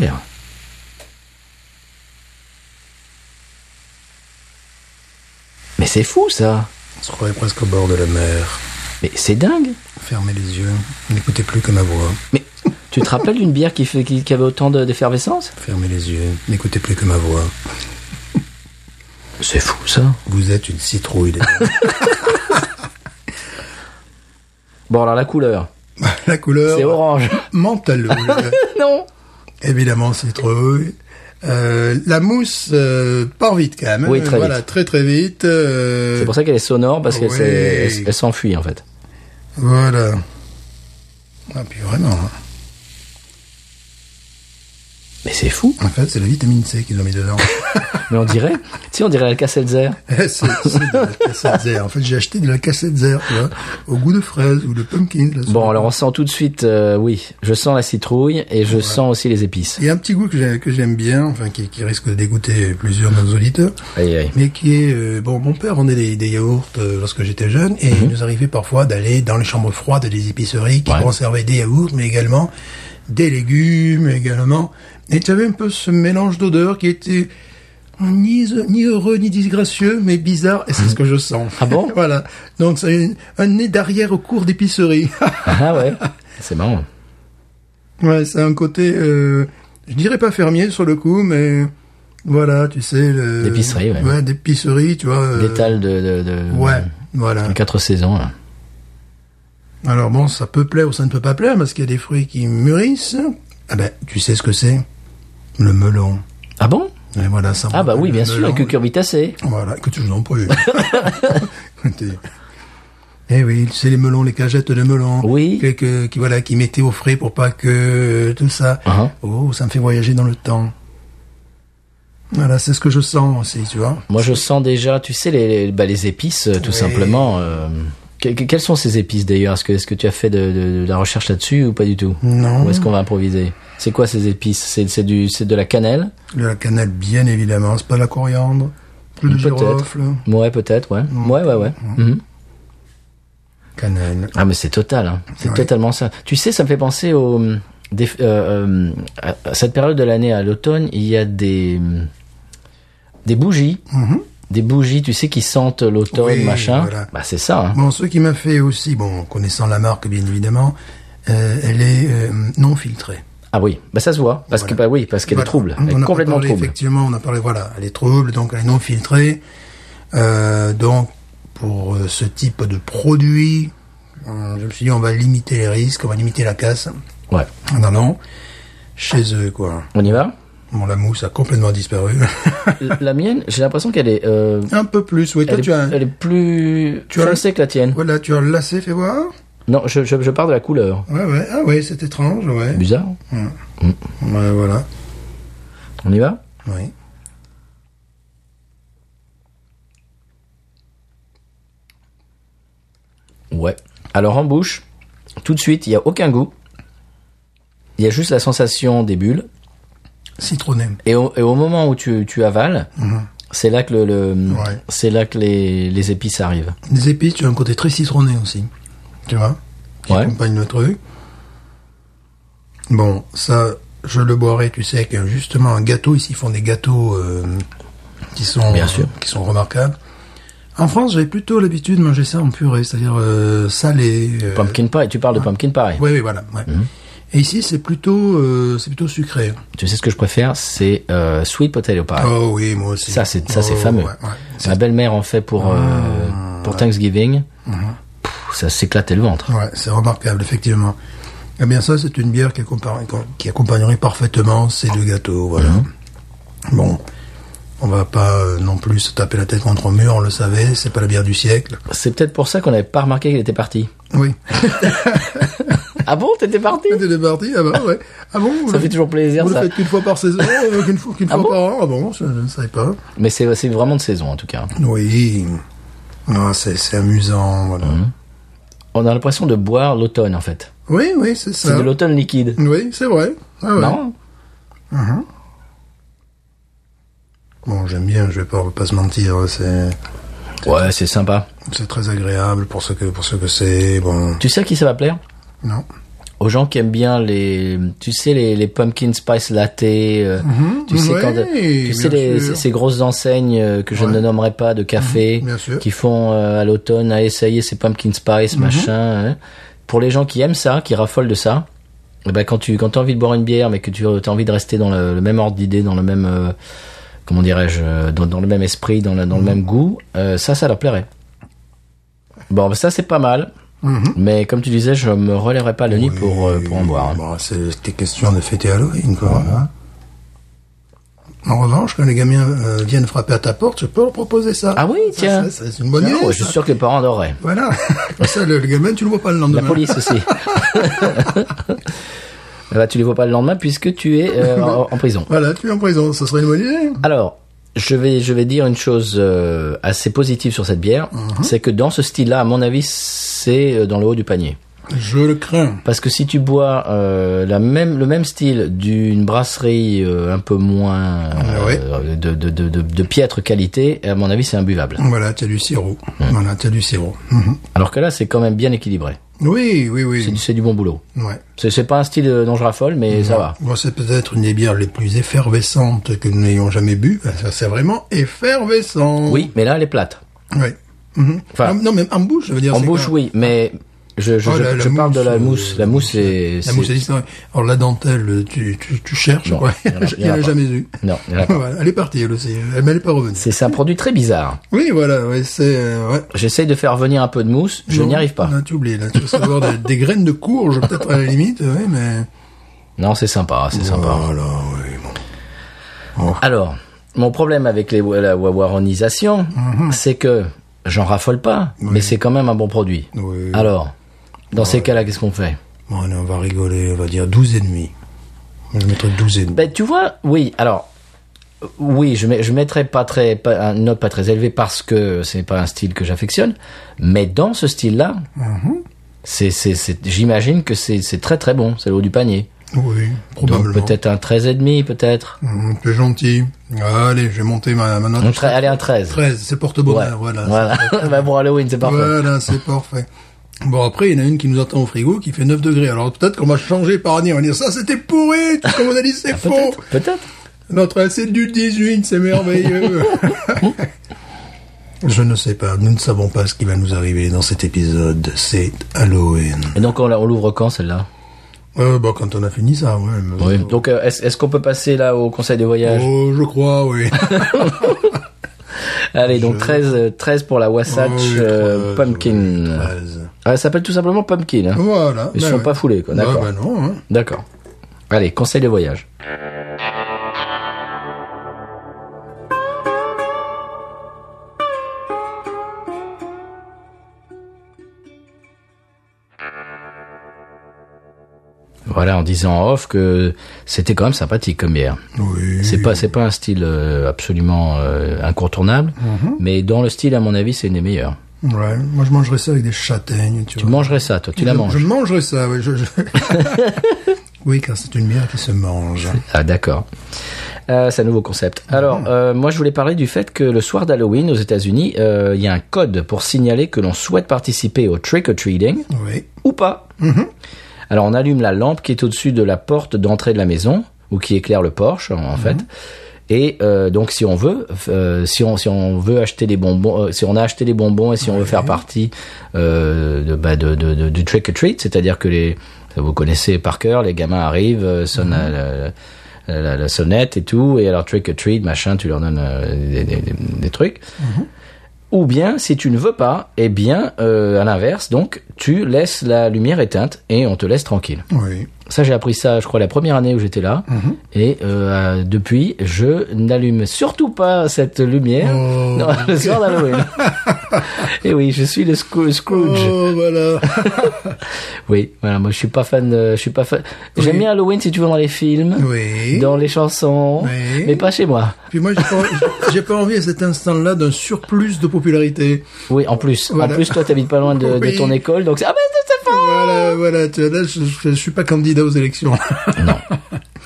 Speaker 2: Mais c'est fou ça.
Speaker 3: On se croirait presque au bord de la mer.
Speaker 2: Mais c'est dingue.
Speaker 3: Fermez les yeux. N'écoutez plus que ma voix.
Speaker 2: Mais tu te rappelles d'une bière qui, fait, qui, qui avait autant de- d'effervescence
Speaker 3: Fermez les yeux. N'écoutez plus que ma voix.
Speaker 2: C'est fou ça.
Speaker 3: Vous êtes une citrouille.
Speaker 2: [laughs]
Speaker 3: les gars.
Speaker 2: Bon alors la couleur,
Speaker 3: la couleur.
Speaker 2: c'est orange.
Speaker 3: Mental.
Speaker 2: Euh, [laughs] non.
Speaker 3: Euh, Évidemment, citrouille. Euh, la mousse euh, part vite quand même.
Speaker 2: Oui, très
Speaker 3: voilà,
Speaker 2: vite.
Speaker 3: très très vite. euh,
Speaker 2: C'est pour ça qu'elle est sonore parce qu'elle
Speaker 3: Ouais.
Speaker 2: s'est- elle- elle s'enfuit en fait.
Speaker 3: Voilà. Ah, puis vraiment. hein.
Speaker 2: Mais c'est fou.
Speaker 3: En fait, c'est la vitamine C qu'ils ont
Speaker 2: [laughs]
Speaker 3: mis dedans.
Speaker 2: Mais on dirait, [laughs] si on dirait Alka-Seltzer.
Speaker 3: [laughs] c'est c'est de la cassette zère. En fait, j'ai acheté de la cassette zère, tu vois, au goût de fraise ou de pumpkin. là,
Speaker 2: Bon
Speaker 3: sur-
Speaker 2: alors on sent tout de suite, euh, oui, je sens la citrouille et je sens aussi les
Speaker 3: [laughs]
Speaker 2: épices.
Speaker 3: Il y a un petit goût que j'ai- que j'aime bien, enfin qui, qui risque de dégoûter plusieurs de nos auditeurs,
Speaker 2: Aïe, aïe.
Speaker 3: mais qui est euh, bon. Mon père vendait des, des yaourts euh, lorsque j'étais jeune, et il nous arrivait parfois d'aller dans les chambres froides des épiceries qui
Speaker 2: Mhm. Ouais.
Speaker 3: conservaient des yaourts, mais également des légumes également. Et tu avais un peu ce mélange d'odeurs qui était ni, ni heureux ni disgracieux, mais bizarre. Et c'est ce que je sens.
Speaker 2: Ah bon
Speaker 3: [laughs] Voilà. Donc c'est une- un nez d'arrière au cours d'épicerie. [laughs]
Speaker 2: Ah ouais, c'est marrant.
Speaker 3: Ouais, c'est un côté, euh, je dirais pas fermier sur le coup, mais voilà, tu sais. le-
Speaker 2: D'épicerie, ouais.
Speaker 3: Ouais, d'épicerie, tu vois. euh,
Speaker 2: L'étal de, de, de-
Speaker 3: Ouais, voilà.
Speaker 2: de quatre saisons. là.
Speaker 3: Alors bon, ça peut plaire ou ça ne peut pas plaire, parce qu'il y a des fruits qui mûrissent. Ah ben, tu sais ce que c'est Le melon.
Speaker 2: Ah bon
Speaker 3: Et voilà, ça
Speaker 2: Ah bah
Speaker 3: rappelle
Speaker 2: oui,
Speaker 3: le
Speaker 2: bien sûr,
Speaker 3: melon.
Speaker 2: la cucurbitacée.
Speaker 3: Voilà, écoute, je vous en prie.
Speaker 2: [laughs]
Speaker 3: Écoutez. Eh oui, tu sais, les melons, les cagettes de melons.
Speaker 2: Oui.
Speaker 3: Que, que- qui, voilà, qui mettaient au frais pour pas que euh, tout ça.
Speaker 2: Ah.
Speaker 3: Oh, ça me fait voyager dans le temps. Voilà, c'est ce que je sens aussi, tu vois.
Speaker 2: Moi, je sens déjà, tu sais, les, les- bah, les épices, euh, tout
Speaker 3: Oui.
Speaker 2: simplement. euh, que- que- quelles sont ces épices d'ailleurs Est-ce que, est-ce que tu as fait de, de- de la recherche là-dessus ou pas du tout
Speaker 3: Non.
Speaker 2: Ou est-ce qu'on va improviser C'est quoi ces épices C'est c'est du, c'est de la cannelle
Speaker 3: De la cannelle, bien évidemment, c'est pas de la coriandre, plus de
Speaker 2: Peut-être.
Speaker 3: girofle.
Speaker 2: Ouais, peut-être, ouais. Ouais, ouais, ouais. Mhm.
Speaker 3: Cannelle.
Speaker 2: Ah, mais c'est total. hein. C'est
Speaker 3: Ouais.
Speaker 2: totalement ça. Tu sais, ça me fait penser au. euh, des- euh, euh, à- à cette période de l'année, à l'automne, il y a des. des bougies.
Speaker 3: Mhm.
Speaker 2: Des bougies, tu sais, qui sentent l'automne,
Speaker 3: Oui,
Speaker 2: machin.
Speaker 3: voilà.
Speaker 2: Bah, c'est ça. hein.
Speaker 3: Bon, ce qui m'a fait aussi, bon, connaissant la marque, bien évidemment, euh, elle est euh, non filtrée.
Speaker 2: Ah oui, bah ça se voit, parce que
Speaker 3: Voilà.
Speaker 2: bah oui, parce qu'elle
Speaker 3: Voilà.
Speaker 2: est trouble, elle
Speaker 3: On en
Speaker 2: est
Speaker 3: a
Speaker 2: complètement
Speaker 3: parlé,
Speaker 2: trouble.
Speaker 3: Effectivement, on a parlé, voilà, elle est trouble, donc elle est non filtrée. Euh, donc, pour euh, ce type de produit, euh, je me suis dit, on va limiter les risques, on va limiter la casse
Speaker 2: Ouais,
Speaker 3: en allant chez eux, quoi.
Speaker 2: on y va.
Speaker 3: Bon, la mousse a complètement disparu. [laughs]
Speaker 2: L- la mienne, j'ai l'impression qu'elle est, euh,
Speaker 3: un peu plus, oui. Toi,
Speaker 2: elle,
Speaker 3: tu
Speaker 2: est
Speaker 3: as, un-
Speaker 2: elle est plus
Speaker 3: tu as-
Speaker 2: foncée que la tienne.
Speaker 3: voilà, tu as le lacet, fais voir.
Speaker 2: Non, je, je, je parle de la couleur.
Speaker 3: Ouais, ouais, ah ouais, c'est étrange, ouais.
Speaker 2: Bizarre.
Speaker 3: Ouais, voilà.
Speaker 2: On y va.
Speaker 3: Oui.
Speaker 2: Ouais. Alors en bouche, tout de suite, il y a aucun goût. Il y a juste la sensation des bulles.
Speaker 3: Citronné.
Speaker 2: Et au, et au moment où tu, tu avales, c'est là que le, le-
Speaker 3: Mhm. Ouais.
Speaker 2: c'est là que les, les épices arrivent.
Speaker 3: Les épices, tu as un côté très citronné aussi. Tu vois Qui
Speaker 2: Ouais.
Speaker 3: accompagne le truc. Bon, ça, je le boirai, tu sais, que justement un gâteau, ici, ils font des gâteaux euh, qui sont
Speaker 2: Bien sûr.
Speaker 3: qui sont remarquables. En France, j'avais plutôt l'habitude de manger ça en purée, c'est-à-dire euh, salé. euh,
Speaker 2: Pumpkin Mhm. pie. Tu parles de pumpkin pie.
Speaker 3: Oui, oui, voilà. ouais. Et ici, c'est plutôt, euh, c'est plutôt sucré.
Speaker 2: Tu sais ce que je préfère, c'est euh, sweet potato pie.
Speaker 3: Oh oui, moi aussi.
Speaker 2: Ça, c'est ça, c'est
Speaker 3: Oh,
Speaker 2: fameux.
Speaker 3: ouais, ouais. C'est-
Speaker 2: Ma belle-mère en fait pour euh,
Speaker 3: Ah.
Speaker 2: pour Thanksgiving.
Speaker 3: Uh-huh.
Speaker 2: Pff, ça s'éclatait le ventre.
Speaker 3: Ouais, c'est remarquable, effectivement. Eh bien, ça, c'est une bière qui, accompagne- qui accompagnerait parfaitement ces deux gâteaux, voilà.
Speaker 2: Mhm.
Speaker 3: Bon, on va pas euh, non plus se taper la tête contre un mur, on le savait, c'est pas la bière du siècle.
Speaker 2: C'est peut-être pour ça qu'on n'avait pas remarqué qu'il était
Speaker 3: [laughs]
Speaker 2: parti.
Speaker 3: Oui.
Speaker 2: [laughs] Ah bon, t'étais parti
Speaker 3: T'es départi Ah bah ouais. Ah bon vous
Speaker 2: Ça
Speaker 3: le-
Speaker 2: fait toujours plaisir,
Speaker 3: Vous
Speaker 2: ça.
Speaker 3: le faites qu'une fois par saison, euh, qu'une fois, qu'une
Speaker 2: Ah
Speaker 3: fois
Speaker 2: bon
Speaker 3: par an Ah bon, je je ne savais pas.
Speaker 2: Mais c'est c'est vraiment de saison en tout cas.
Speaker 3: Oui. Ah, c'est c'est amusant, voilà.
Speaker 2: Mhm. On a l'impression de boire l'automne en fait.
Speaker 3: Oui, oui, c'est ça.
Speaker 2: C'est de l'automne liquide.
Speaker 3: Oui, c'est vrai. Ah ouais.
Speaker 2: Non
Speaker 3: Bon, j'aime bien, je vais pas, on va pas se mentir, c'est...
Speaker 2: Ouais, c'est sympa.
Speaker 3: C'est très agréable pour ce que pour ce que c'est. Bon,
Speaker 2: Tu sais à qui ça va plaire
Speaker 3: non.
Speaker 2: aux gens qui aiment bien les, tu sais les, les pumpkin spice latte, euh, tu sais
Speaker 3: ouais,
Speaker 2: quand, tu sais
Speaker 3: Mhm, bien
Speaker 2: les,
Speaker 3: sûr.
Speaker 2: ces grosses enseignes euh, que je
Speaker 3: Ouais. Mhm,
Speaker 2: ne nommerai pas de café,
Speaker 3: bien sûr. Mhm.
Speaker 2: qui font euh, à l'automne, allez ça y est c'est pumpkin spice machin. hein. Pour les gens qui aiment ça, qui raffolent de ça, eh ben quand tu quand as envie de boire une bière mais que tu as envie de rester dans le, le même ordre d'idée, dans le même euh, comment dirais-je, euh, dans, dans le même esprit, dans, la- dans
Speaker 3: Mhm.
Speaker 2: le même goût, euh, ça ça leur plairait. Bon, ben, ça c'est pas mal.
Speaker 3: Mhm.
Speaker 2: Mais comme tu disais, je me relèverai pas le nid pour, euh, pour en boire. hein.
Speaker 3: Bon, bah, c'était question de fêter Halloween, quoi. hein. En revanche, quand les gamins euh, viennent frapper à ta porte, je peux leur proposer ça.
Speaker 2: Ah oui,
Speaker 3: Ça,
Speaker 2: tiens.
Speaker 3: ça, ça, C'est une bonne
Speaker 2: Ah
Speaker 3: idée.
Speaker 2: ouais, je
Speaker 3: ça.
Speaker 2: suis sûr que les parents adoraient. [laughs]
Speaker 3: Voilà. Comme ça, le, le gamin, tu le vois pas le lendemain.
Speaker 2: La police
Speaker 3: [laughs]
Speaker 2: aussi. Eh ben, tu les vois pas le lendemain puisque tu es euh, en, en prison.
Speaker 3: Voilà, tu es en prison. Ça serait une bonne idée.
Speaker 2: Alors, je vais, je vais dire une chose euh, assez positive sur cette bière.
Speaker 3: Mhm.
Speaker 2: C'est que dans ce style-là, à mon avis, c'est euh, dans le haut du panier.
Speaker 3: Je le crains.
Speaker 2: Parce que si tu bois euh, la même, le même style d'une brasserie euh, un peu moins
Speaker 3: Ah
Speaker 2: euh, de, de, de, de, de piètre qualité, à mon avis, c'est imbuvable.
Speaker 3: Voilà, tu as du sirop. Voilà, tu as du sirop. Mhm.
Speaker 2: Alors que là, c'est quand même bien équilibré.
Speaker 3: Oui, oui,
Speaker 2: C'est
Speaker 3: oui.
Speaker 2: du, c'est du bon boulot.
Speaker 3: Ouais.
Speaker 2: C'est c'est pas un style euh, dont je raffole, mais ça va.
Speaker 3: Bon, c'est peut-être une des bières les plus effervescentes que nous n'ayons jamais bu. Enfin, ça, C'est vraiment effervescent.
Speaker 2: Oui, mais là, elle est plate.
Speaker 3: Oui. Mhm.
Speaker 2: Enfin,
Speaker 3: non, non, mais en bouche, je veux dire.
Speaker 2: En
Speaker 3: c'est
Speaker 2: bouche,
Speaker 3: quand-
Speaker 2: oui, mais je, je,
Speaker 3: Oh,
Speaker 2: je-
Speaker 3: la- la
Speaker 2: je parle de la mousse.
Speaker 3: mousse, euh,
Speaker 2: La mousse, c'est...
Speaker 3: La mousse, elle est- Alors, la dentelle, tu, tu, tu cherches,
Speaker 2: Non,
Speaker 3: quoi.
Speaker 2: il y en a-
Speaker 3: [laughs] Il n'y en a
Speaker 2: pas.
Speaker 3: jamais eu.
Speaker 2: Non, il y en a pas.
Speaker 3: [laughs] Voilà, elle est partie, elle aussi. Elle- Mais elle n'est pas revenue.
Speaker 2: C'est c'est un produit très bizarre.
Speaker 3: Oui, voilà, ouais, c'est, euh, ouais.
Speaker 2: J'essaye de faire venir un peu de mousse, je
Speaker 3: Non,
Speaker 2: n'y arrive pas.
Speaker 3: Là, tu oublies, là. Tu vas savoir des, des graines de courge, peut-être à la limite, oui, mais.
Speaker 2: Non, c'est sympa, c'est sympa.
Speaker 3: Voilà, oui, bon.
Speaker 2: Alors, mon problème avec les, la wawaronisation,
Speaker 3: Mhm.
Speaker 2: c'est que j'en raffole pas, mais c'est quand même un bon produit.
Speaker 3: Oui.
Speaker 2: Alors, dans ces cas-là, qu'est-ce qu'on fait
Speaker 3: Bon, allez, on va rigoler, on va dire 12 et demi. Je mettrai 12 et demi.
Speaker 2: Ben, tu vois, oui, alors, oui, je ne je mettrai pas très pas, une note pas très élevée parce que c'est pas un style que j'affectionne, mais dans ce style-là,
Speaker 3: Mhm.
Speaker 2: c'est c'est c'est- j'imagine que c'est c'est très très bon, c'est le haut du panier.
Speaker 3: Oui,
Speaker 2: Donc
Speaker 3: probablement.
Speaker 2: peut-être un 13,5 et demi, peut-être.
Speaker 3: Hum, T'es gentil. Allez, je vais monter ma, ma
Speaker 2: Un
Speaker 3: note.
Speaker 2: tre- Allez, un 13.
Speaker 3: 13, c'est
Speaker 2: Ouais.
Speaker 3: porte-bonheur, voilà.
Speaker 2: Voilà. [laughs] Bah, pour Halloween, c'est parfait.
Speaker 3: Voilà, c'est parfait. Bon, après, il y en a une qui nous attend au frigo qui fait 9 degrés. Alors peut-être qu'on va changer par année. On va dire ça, c'était pourri. Comme on a dit, c'est faux.
Speaker 2: Peut-être, peut-être.
Speaker 3: Notre c'est du 18, c'est merveilleux. [laughs] Je ne sais pas. Nous ne savons pas ce qui va nous arriver dans cet épisode. C'est Halloween.
Speaker 2: Et donc on, la- on l'ouvre quand celle-là
Speaker 3: Euh, bah, quand on a fini ça, ouais. mais-
Speaker 2: Donc euh, est-ce est-ce qu'on peut passer là au conseil de voyage
Speaker 3: Oh, je crois, [laughs] oui.
Speaker 2: Allez, donc 13, euh, 13 pour la Wasatch
Speaker 3: Oh, oui,
Speaker 2: euh,
Speaker 3: treize,
Speaker 2: Pumpkin.
Speaker 3: oui, treize.
Speaker 2: Ah, elle s'appelle tout simplement Pumpkin. hein.
Speaker 3: Voilà.
Speaker 2: Ils se
Speaker 3: bah
Speaker 2: sont
Speaker 3: ouais.
Speaker 2: pas foulés, quoi.
Speaker 3: Bah,
Speaker 2: D'accord.
Speaker 3: bah non, hein.
Speaker 2: D'accord. Allez, conseil de voyage. Voilà, en disant en off que c'était quand même sympathique comme bière.
Speaker 3: Oui.
Speaker 2: C'est pas, c'est pas un style euh, absolument euh, incontournable, mais dans le style, à mon avis, c'est une des meilleures.
Speaker 3: Ouais. Moi, je mangerais ça avec des châtaignes, tu,
Speaker 2: Tu
Speaker 3: vois.
Speaker 2: mangerais ça, toi, tu la
Speaker 3: Je-
Speaker 2: manges.
Speaker 3: Je mangerais ça, oui. je- [laughs] je- oui, car c'est une bière qui se mange.
Speaker 2: Ah d'accord. Euh, c'est un nouveau concept. Alors, euh, moi je voulais parler du fait que le soir d'Halloween aux États-Unis, euh, il y a un code pour signaler que l'on souhaite participer au trick or treating
Speaker 3: Oui.
Speaker 2: ou pas. Mhm. Alors on allume la lampe qui est au-dessus de la porte d'entrée de la maison ou qui éclaire le porche en, en fait. Et euh, donc si on veut, euh, si on si on veut acheter des bonbons, euh, si on a acheté des bonbons et si on veut faire partie euh, de, bah, de, de, de- du trick or treat, c'est-à-dire que les vous connaissez par cœur, les gamins arrivent, euh, sonnent à la- la, la- la sonnette et tout, et alors trick or treat, machin, tu leur donnes euh, des, des- des- des trucs. Ou bien, si tu ne veux pas, eh bien, euh, à l'inverse, donc, tu laisses la lumière éteinte et on te laisse tranquille.
Speaker 3: Oui.
Speaker 2: Ça, j'ai appris ça, je crois, la première année où j'étais là.
Speaker 3: Mhm.
Speaker 2: Et euh, euh, depuis, je n'allume surtout pas cette lumière [laughs]
Speaker 3: Oh.
Speaker 2: Non, le soir
Speaker 3: [laughs]
Speaker 2: d'Halloween. et oui, je suis le Scroo- Scrooge.
Speaker 3: Oh, voilà.
Speaker 2: [laughs] Oui, voilà, moi, je suis pas fan. euh, je suis pas fan. J'aime
Speaker 3: Oui.
Speaker 2: bien Halloween si tu veux dans les films,
Speaker 3: Oui.
Speaker 2: dans les chansons,
Speaker 3: Oui.
Speaker 2: mais pas chez moi.
Speaker 3: Puis moi, j'ai pas, j'ai pas envie à cet instant-là d'un surplus de popularité.
Speaker 2: Oui, en plus.
Speaker 3: Voilà.
Speaker 2: En plus, toi, t'habites pas loin de, de
Speaker 3: [laughs] Oui.
Speaker 2: ton école, donc c'est... Ah, mais
Speaker 3: Voilà, voilà, tu vois, là, je, je, je suis pas candidat aux élections.
Speaker 2: c'est ça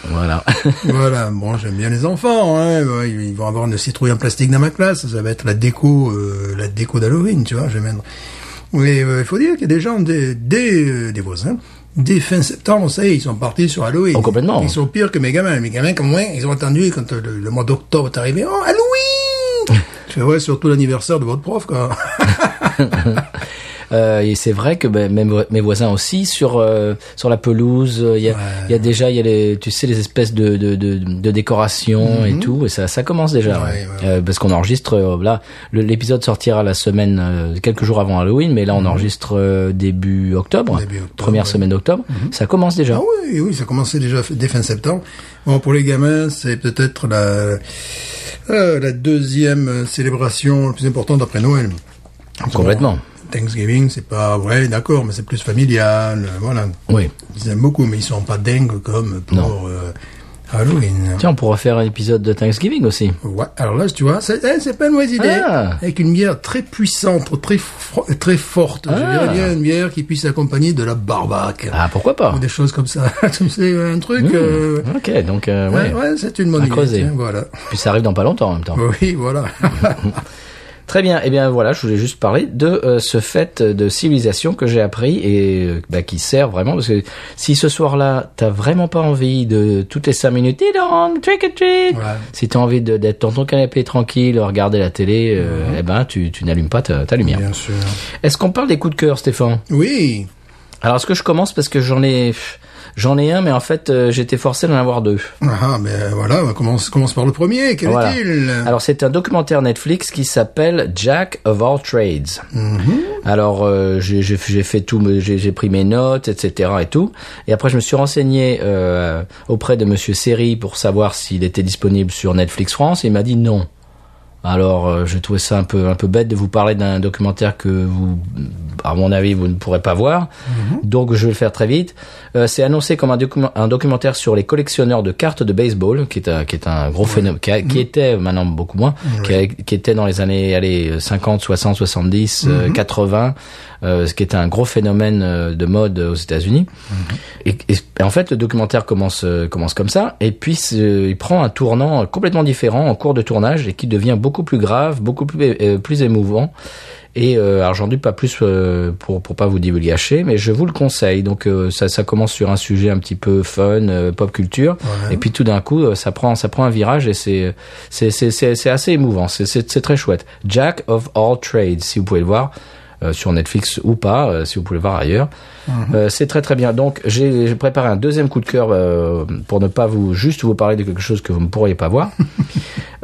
Speaker 2: Voilà. [laughs]
Speaker 3: voilà, bon, j'aime bien les enfants, hein, ouais, ils vont avoir une citrouille en plastique dans ma classe, ça va être la déco, euh, la déco d'Halloween, tu vois, je vais mettre. Mais euh, il faut dire qu'il y a des gens, des, des, euh, des voisins, dès fin septembre, ça y est, ils sont partis sur Halloween.
Speaker 2: Oh, complètement.
Speaker 3: Ils sont pires que mes gamins. Mes gamins, comme moi, ils ont attendu quand euh, le, le mois d'octobre est arrivé, oh,
Speaker 2: [laughs]
Speaker 3: Halloween! je fais, ouais, surtout l'anniversaire de votre prof, quoi.
Speaker 2: Euh, et c'est vrai que ben, même vo- mes voisins aussi sur euh, sur la pelouse, euh, il y a il y a déjà il y a les tu sais les espèces de de de, de décorations et tout et ça ça commence déjà
Speaker 3: Mhm. Ouais,
Speaker 2: ouais.
Speaker 3: ouais,
Speaker 2: Euh, parce qu'on enregistre euh, là le- l'épisode sortira la semaine euh, quelques jours avant Halloween mais là on enregistre euh, début octobre,
Speaker 3: Mhm. Début octobre,
Speaker 2: première
Speaker 3: ouais.
Speaker 2: semaine d'octobre ça commence déjà
Speaker 3: Ah oui, oui, ça commençait déjà f- dès fin septembre. Bon, pour les gamins, c'est peut-être la, euh, la deuxième euh, célébration la plus importante après Noël.
Speaker 2: complètement
Speaker 3: Bon, Thanksgiving, c'est pas vrai, d'accord, mais c'est plus familial, euh, voilà.
Speaker 2: oui
Speaker 3: Ils aiment beaucoup, mais ils sont pas dingues comme pour euh, Halloween.
Speaker 2: tiens on pourra faire un épisode de Thanksgiving aussi
Speaker 3: Ouais, alors là, tu vois, c'est eh, c'est pas une mauvaise idée.
Speaker 2: Ah.
Speaker 3: Avec une bière très puissante, très fro- très forte. Je dirais bien une bière qui puisse s'accompagner de la barbaque.
Speaker 2: ah Mmh. pourquoi pas
Speaker 3: Ou des choses comme ça. [laughs] tu sais, un truc... euh,
Speaker 2: ok donc euh, ouais.
Speaker 3: Ouais, ouais, c'est une bonne
Speaker 2: À
Speaker 3: idée,
Speaker 2: creuser.
Speaker 3: tiens, voilà. [laughs]
Speaker 2: puis ça arrive dans pas longtemps en même temps
Speaker 3: Oui, voilà.
Speaker 2: [laughs] Très bien. Eh bien voilà, je voulais juste parler de euh, ce fait de civilisation que j'ai appris et euh, bah, qui sert vraiment parce que si ce soir-là t'as vraiment pas envie de toutes les cinq minutes, dis donc, trick or treat.
Speaker 3: Ouais.
Speaker 2: Si t'as envie de- d'être dans ton canapé tranquille, regarder la télé, euh, eh ben tu, tu n'allumes pas ta, ta lumière.
Speaker 3: Bien sûr.
Speaker 2: Est-ce qu'on parle des coups de cœur, Stéphane
Speaker 3: Oui.
Speaker 2: Alors est-ce que je commence parce que j'en ai pff, j'en ai un, mais en fait euh, j'étais forcé d'en avoir deux.
Speaker 3: Ah, ben voilà, on commence, commence par le premier. Quel
Speaker 2: Voilà. Ah
Speaker 3: est-il
Speaker 2: Alors c'est un documentaire Netflix qui s'appelle Jack of All Trades. Alors euh, j'ai j'ai- j'ai fait tout, me- j'ai j'ai pris mes notes, etc. et tout. Et après je me suis renseigné euh, auprès de Monsieur Seri pour savoir s'il était disponible sur Netflix France. Et il m'a dit non. Alors euh, j'ai trouvé ça un peu un peu bête de vous parler d'un documentaire que vous, à mon avis, vous ne pourrez pas voir. Donc je vais le faire très vite. Euh, c'est annoncé comme un, document- un documentaire sur les collectionneurs de cartes de baseball, qui est, un- qui est un gros phénomène, qui, a- qui était maintenant beaucoup moins, qui, a- qui était dans les années allez, euh, 50, 60, 70, euh, 80, euh, ce qui était un gros phénomène euh, de mode aux États-Unis. Et, et en fait, le documentaire commence euh, commence comme ça, et puis c'est- il prend un tournant euh, complètement différent en cours de tournage et qui devient beaucoup plus grave, beaucoup plus euh, plus émouvant. Et euh, alors j'en dis pas plus euh, pour pour pas vous divulgacher, mais je vous le conseille. Donc euh, ça ça commence sur un sujet un petit peu fun, euh, pop culture,
Speaker 3: Ouais.
Speaker 2: et puis tout d'un coup euh, ça prend ça prend un virage et c'est c'est c'est c'est c'est assez émouvant. C'est c'est c'est très chouette. Jack of all trades, si vous pouvez le voir. euh, sur Netflix ou pas, euh, si vous pouvez le voir ailleurs. Euh, c'est très très bien. Donc j'ai j'ai préparé un deuxième coup de cœur euh, pour ne pas vous juste vous parler de quelque chose que vous ne pourriez pas voir.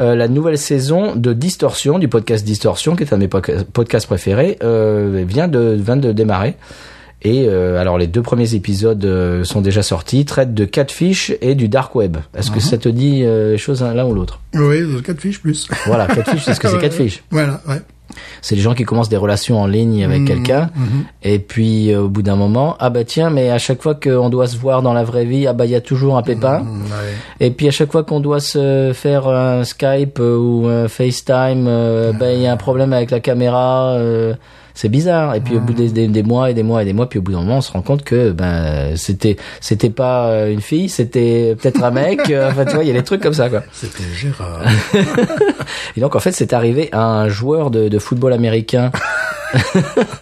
Speaker 2: Euh, la nouvelle saison de Distorsion du podcast Distorsion, qui est un de mes podca- podcasts préférés, euh, vient de vient de démarrer. Et euh, alors les deux premiers épisodes euh, sont déjà sortis, traitent de catfish et du dark web. Est-ce que ça te dit euh, les choses l'un ou l'autre
Speaker 3: Oui, euh, quatre fiches plus.
Speaker 2: Voilà, catfish, c'est ce que c'est
Speaker 3: [laughs] Ouais,
Speaker 2: catfish.
Speaker 3: Voilà, ouais.
Speaker 2: C'est les gens qui commencent des relations en ligne avec quelqu'un, et puis euh, au bout d'un moment, ah bah tiens, mais à chaque fois qu'on doit se voir dans la vraie vie, ah bah il y a toujours un pépin.
Speaker 3: Mhm. Mm, Ouais.
Speaker 2: Et puis à chaque fois qu'on doit se faire un Skype euh, ou un FaceTime, euh, ben il y a un problème avec la caméra. euh, c'est bizarre. Et puis au bout des, des, des mois et des mois et des mois, puis au bout d'un moment, on se rend compte que ben c'était c'était pas euh, une fille, c'était peut-être un mec. Euh, enfin, tu vois, il y a des trucs comme ça quoi.
Speaker 3: C'était Gérard.
Speaker 2: [laughs] Et donc en fait, c'est arrivé à un joueur de, de football américain. [laughs]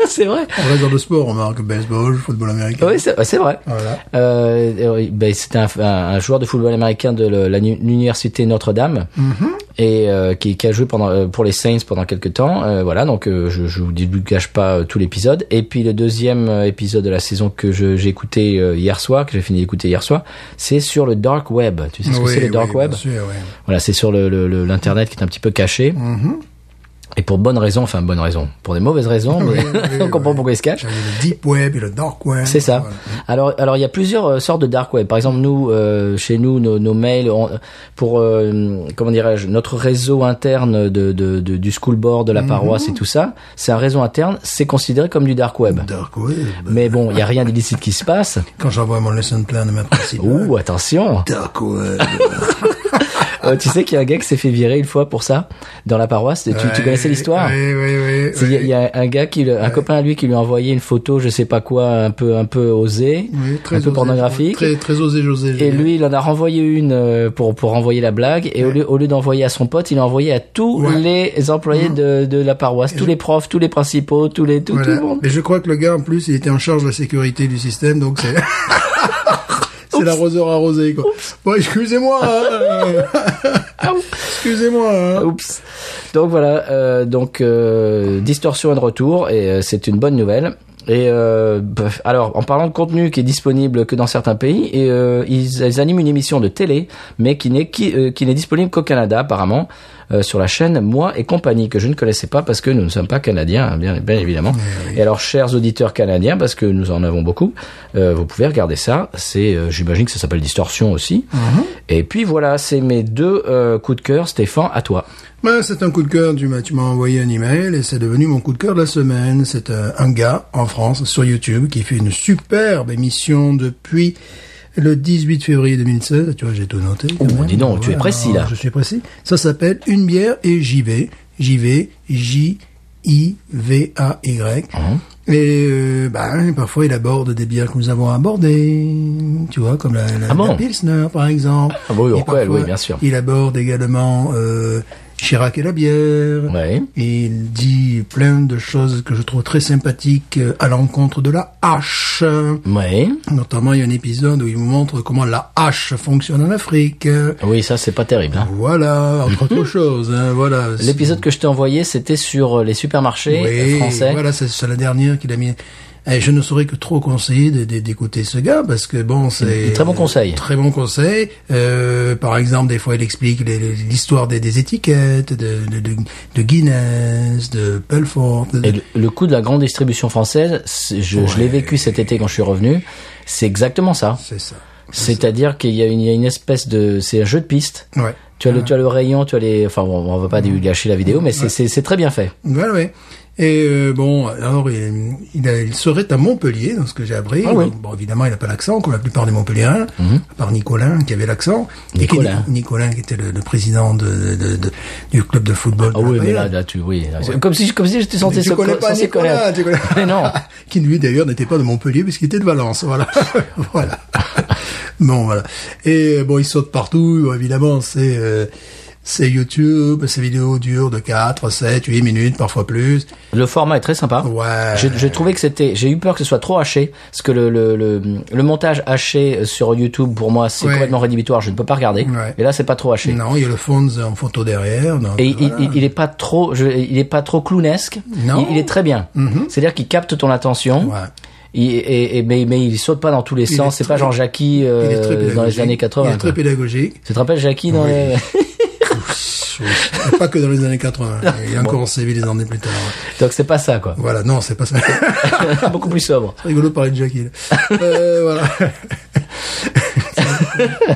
Speaker 2: c'est vrai.
Speaker 3: On reste dans le sport, on marque baseball, football américain.
Speaker 2: Oui, c'est c'est vrai.
Speaker 3: Voilà.
Speaker 2: Euh, euh, ben, c'était un, un- un joueur de football américain de le- la- l'université Notre-Dame
Speaker 3: Mhm.
Speaker 2: et euh, qui, qui a joué pendant euh, pour les Saints pendant quelques temps. Euh, voilà, donc euh, je, je vous dis, je vous gâche pas euh, tout l'épisode. Et puis le deuxième euh, épisode de la saison que je- j'ai écouté euh, hier soir, que j'ai fini d'écouter hier soir, c'est sur le dark web. Tu sais ce que
Speaker 3: Oui,
Speaker 2: c'est le dark
Speaker 3: oui,
Speaker 2: web
Speaker 3: bien sûr, Mm. oui.
Speaker 2: Voilà, c'est sur le- le- le- l'internet qui est un petit peu caché.
Speaker 3: Mm-hmm.
Speaker 2: Et pour bonne raison, enfin bonne raison, pour des mauvaises raisons, mais
Speaker 3: Oui, oui,
Speaker 2: [laughs] on comprend
Speaker 3: oui.
Speaker 2: pourquoi il se cache.
Speaker 3: J'avais le deep web et le dark web.
Speaker 2: C'est ça.
Speaker 3: Voilà.
Speaker 2: Alors, alors il y a plusieurs euh, sortes de dark web. Par exemple, nous, euh, chez nous, nos, nos mails, on- pour euh, comment dirais-je, notre réseau interne de, de- de- du school board, de
Speaker 3: Mhm.
Speaker 2: la paroisse et tout ça, c'est un réseau interne. C'est considéré comme du dark web.
Speaker 3: Dark web.
Speaker 2: Mais bon, il y a rien d'illicite qui se passe.
Speaker 3: Quand j'envoie mon lesson plan à ma principale.
Speaker 2: Ouh, attention.
Speaker 3: Dark web.
Speaker 2: Euh, tu sais qu'il y a un gars qui s'est fait virer une fois pour ça dans la paroisse. Tu, tu connaissais l'histoire
Speaker 3: Oui, oui, oui.
Speaker 2: Il y, a- il y a un gars qui, le- un copain à lui, qui lui a envoyé une photo, je sais pas quoi, un peu, un peu osée,
Speaker 3: Oui,
Speaker 2: un
Speaker 3: très
Speaker 2: peu
Speaker 3: osé,
Speaker 2: pornographique.
Speaker 3: Très, très osé, José.
Speaker 2: Et
Speaker 3: Julien.
Speaker 2: lui, il en a renvoyé une euh, pour pour renvoyer la blague. Et au lieu au lieu d'envoyer à son pote, il a envoyé à tous
Speaker 3: Ouais. Mm.
Speaker 2: les employés de de la paroisse, tous les profs, tous les principaux, tous les tout, tout
Speaker 3: Voilà.
Speaker 2: le monde.
Speaker 3: Mais je crois que le gars, en plus, il était en charge de la sécurité du système, donc c'est... [laughs] C'est l'arroseur arrosé, quoi. Bon, excusez-moi,
Speaker 2: [laughs]
Speaker 3: hein.
Speaker 2: Ah
Speaker 3: Excusez-moi, hein.
Speaker 2: Oups. Donc voilà, euh, donc euh, distorsion est de retour et euh, c'est une bonne nouvelle. Et euh, bah, alors, en parlant de contenu qui est disponible que dans certains pays, et, euh, ils, ils animent une émission de télé, mais qui n'est qui, euh, qui n'est disponible qu'au Canada apparemment euh, sur la chaîne Moi et compagnie que je ne connaissais pas parce que nous ne sommes pas canadiens, hein, bien, bien évidemment. Et alors, chers auditeurs canadiens, parce que nous en avons beaucoup, euh, vous pouvez regarder ça. C'est, euh, j'imagine que ça s'appelle Distorsion aussi. Et puis voilà, c'est mes deux euh, coups de cœur. Stéphane, à toi.
Speaker 3: Ben, c'est un coup de cœur, tu m'as, tu m'as envoyé un email et c'est devenu mon coup de cœur de la semaine. C'est un, un gars en France sur YouTube qui fait une superbe émission depuis le 18 février 2016. Tu vois, j'ai tout noté. quand
Speaker 2: Oh,
Speaker 3: même.
Speaker 2: dis donc, tu es précis, là.
Speaker 3: Je suis précis. Ça s'appelle Une bière et j'y vais. J'y vais. J I V A Y.
Speaker 2: Hein.
Speaker 3: Et euh, ben parfois il aborde des bières que nous avons abordées, tu vois comme la, la,
Speaker 2: Ah bon
Speaker 3: la Pilsner par exemple.
Speaker 2: Ah bon, oui,
Speaker 3: Et
Speaker 2: Urquell,
Speaker 3: parfois,
Speaker 2: oui, bien sûr.
Speaker 3: Il aborde également euh, Chirac et la bière.
Speaker 2: Ouais.
Speaker 3: Il dit plein de choses que je trouve très sympathiques euh, à l'encontre de la hache.
Speaker 2: Ouais.
Speaker 3: Notamment, il y a un épisode où il vous montre comment la hache fonctionne
Speaker 2: [laughs]
Speaker 3: en Afrique.
Speaker 2: Oui, ça, c'est pas terrible. hein.
Speaker 3: Voilà,
Speaker 2: [laughs]
Speaker 3: entre autres choses. hein, voilà.
Speaker 2: L'épisode que je t'ai envoyé, c'était sur euh, les supermarchés
Speaker 3: Oui,
Speaker 2: français.
Speaker 3: Voilà, c'est c'est la dernière qu'il a mis. Et je ne saurais que trop conseiller de- de- d'écouter ce gars parce que bon, c'est
Speaker 2: Très bon conseil.
Speaker 3: Très bon conseil. Euh, par exemple, des fois, il explique les- les- l'histoire des, des étiquettes, de, de, de, de Guinness, de Pelfort. de-
Speaker 2: Et le, le coup de la grande distribution française, c'est- je, je l'ai vécu cet été quand je suis revenu, c'est exactement ça.
Speaker 3: C'est ça.
Speaker 2: C'est-à-dire qu'il y, a une- il y a une espèce de... C'est un jeu de piste.
Speaker 3: Ouais.
Speaker 2: Tu as, le, tu as le rayon, tu as les... Enfin, bon, on va pas divulgacher la vidéo, mais c'est- c'est c'est très bien fait.
Speaker 3: Voilà, ouais. Et euh, bon, alors il, il, a- il serait à Montpellier, dans ce que j'ai appris.
Speaker 2: Ah oui. Mhm.
Speaker 3: bon, bon, évidemment, il n'a pas l'accent, comme la plupart des Montpelliérains, à part Nicolin qui avait l'accent. Et qui-
Speaker 2: Nicolin.
Speaker 3: Nicolin qui était le, le président de, de- de- du club de football.
Speaker 2: Ah
Speaker 3: de
Speaker 2: oui,
Speaker 3: la
Speaker 2: mais là,
Speaker 3: Bayonne.
Speaker 2: là, tu, oui. là, c'est Comme si, comme si j'étais censé
Speaker 3: tu
Speaker 2: se-
Speaker 3: connais pas
Speaker 2: censé
Speaker 3: Nicolas,
Speaker 2: connaître.
Speaker 3: tu connais-
Speaker 2: [laughs] Mais non.
Speaker 3: [laughs] qui lui d'ailleurs n'était pas de Montpellier puisqu'il était de Valence. Voilà, [laughs] voilà. Bon voilà. Et bon, il saute partout. Bon, évidemment, c'est euh, c'est YouTube, ces vidéos durent de 4, 7, 8 minutes, parfois plus.
Speaker 2: Le format est très sympa.
Speaker 3: Ouais.
Speaker 2: J'ai j'ai trouvé que c'était, j'ai eu peur que ce soit trop haché, parce que le, le, le, le montage haché sur YouTube pour moi c'est
Speaker 3: Ouais.
Speaker 2: complètement rédhibitoire, je ne peux pas regarder.
Speaker 3: Ouais.
Speaker 2: Et là c'est pas trop haché.
Speaker 3: Non, il y a le fond en photo derrière. donc,
Speaker 2: Et il-
Speaker 3: voilà.
Speaker 2: il, il est pas trop, je- il est pas trop clownesque.
Speaker 3: Non. Mhm.
Speaker 2: Il, il est très bien. C'est-à-dire qu'il capte ton attention.
Speaker 3: Ouais.
Speaker 2: Il, et, et- mais, mais il saute pas dans tous les
Speaker 3: est
Speaker 2: sens. C'est
Speaker 3: très-
Speaker 2: pas genre Jackie euh,
Speaker 3: Il est très
Speaker 2: dans les
Speaker 3: pédagogique.
Speaker 2: années 80.
Speaker 3: Il est très
Speaker 2: quoi.
Speaker 3: pédagogique.
Speaker 2: Tu te rappelles Jackie dans les... [laughs]
Speaker 3: pas que dans les
Speaker 2: [laughs]
Speaker 3: années 80. Il est encore en séville des années plus tard. ouais.
Speaker 2: Donc c'est pas ça quoi. [laughs]
Speaker 3: Voilà, non, c'est pas ça. [laughs]
Speaker 2: Beaucoup plus sobre.
Speaker 3: rigolo de parler de Jackie. là. Euh, voilà.
Speaker 2: [laughs]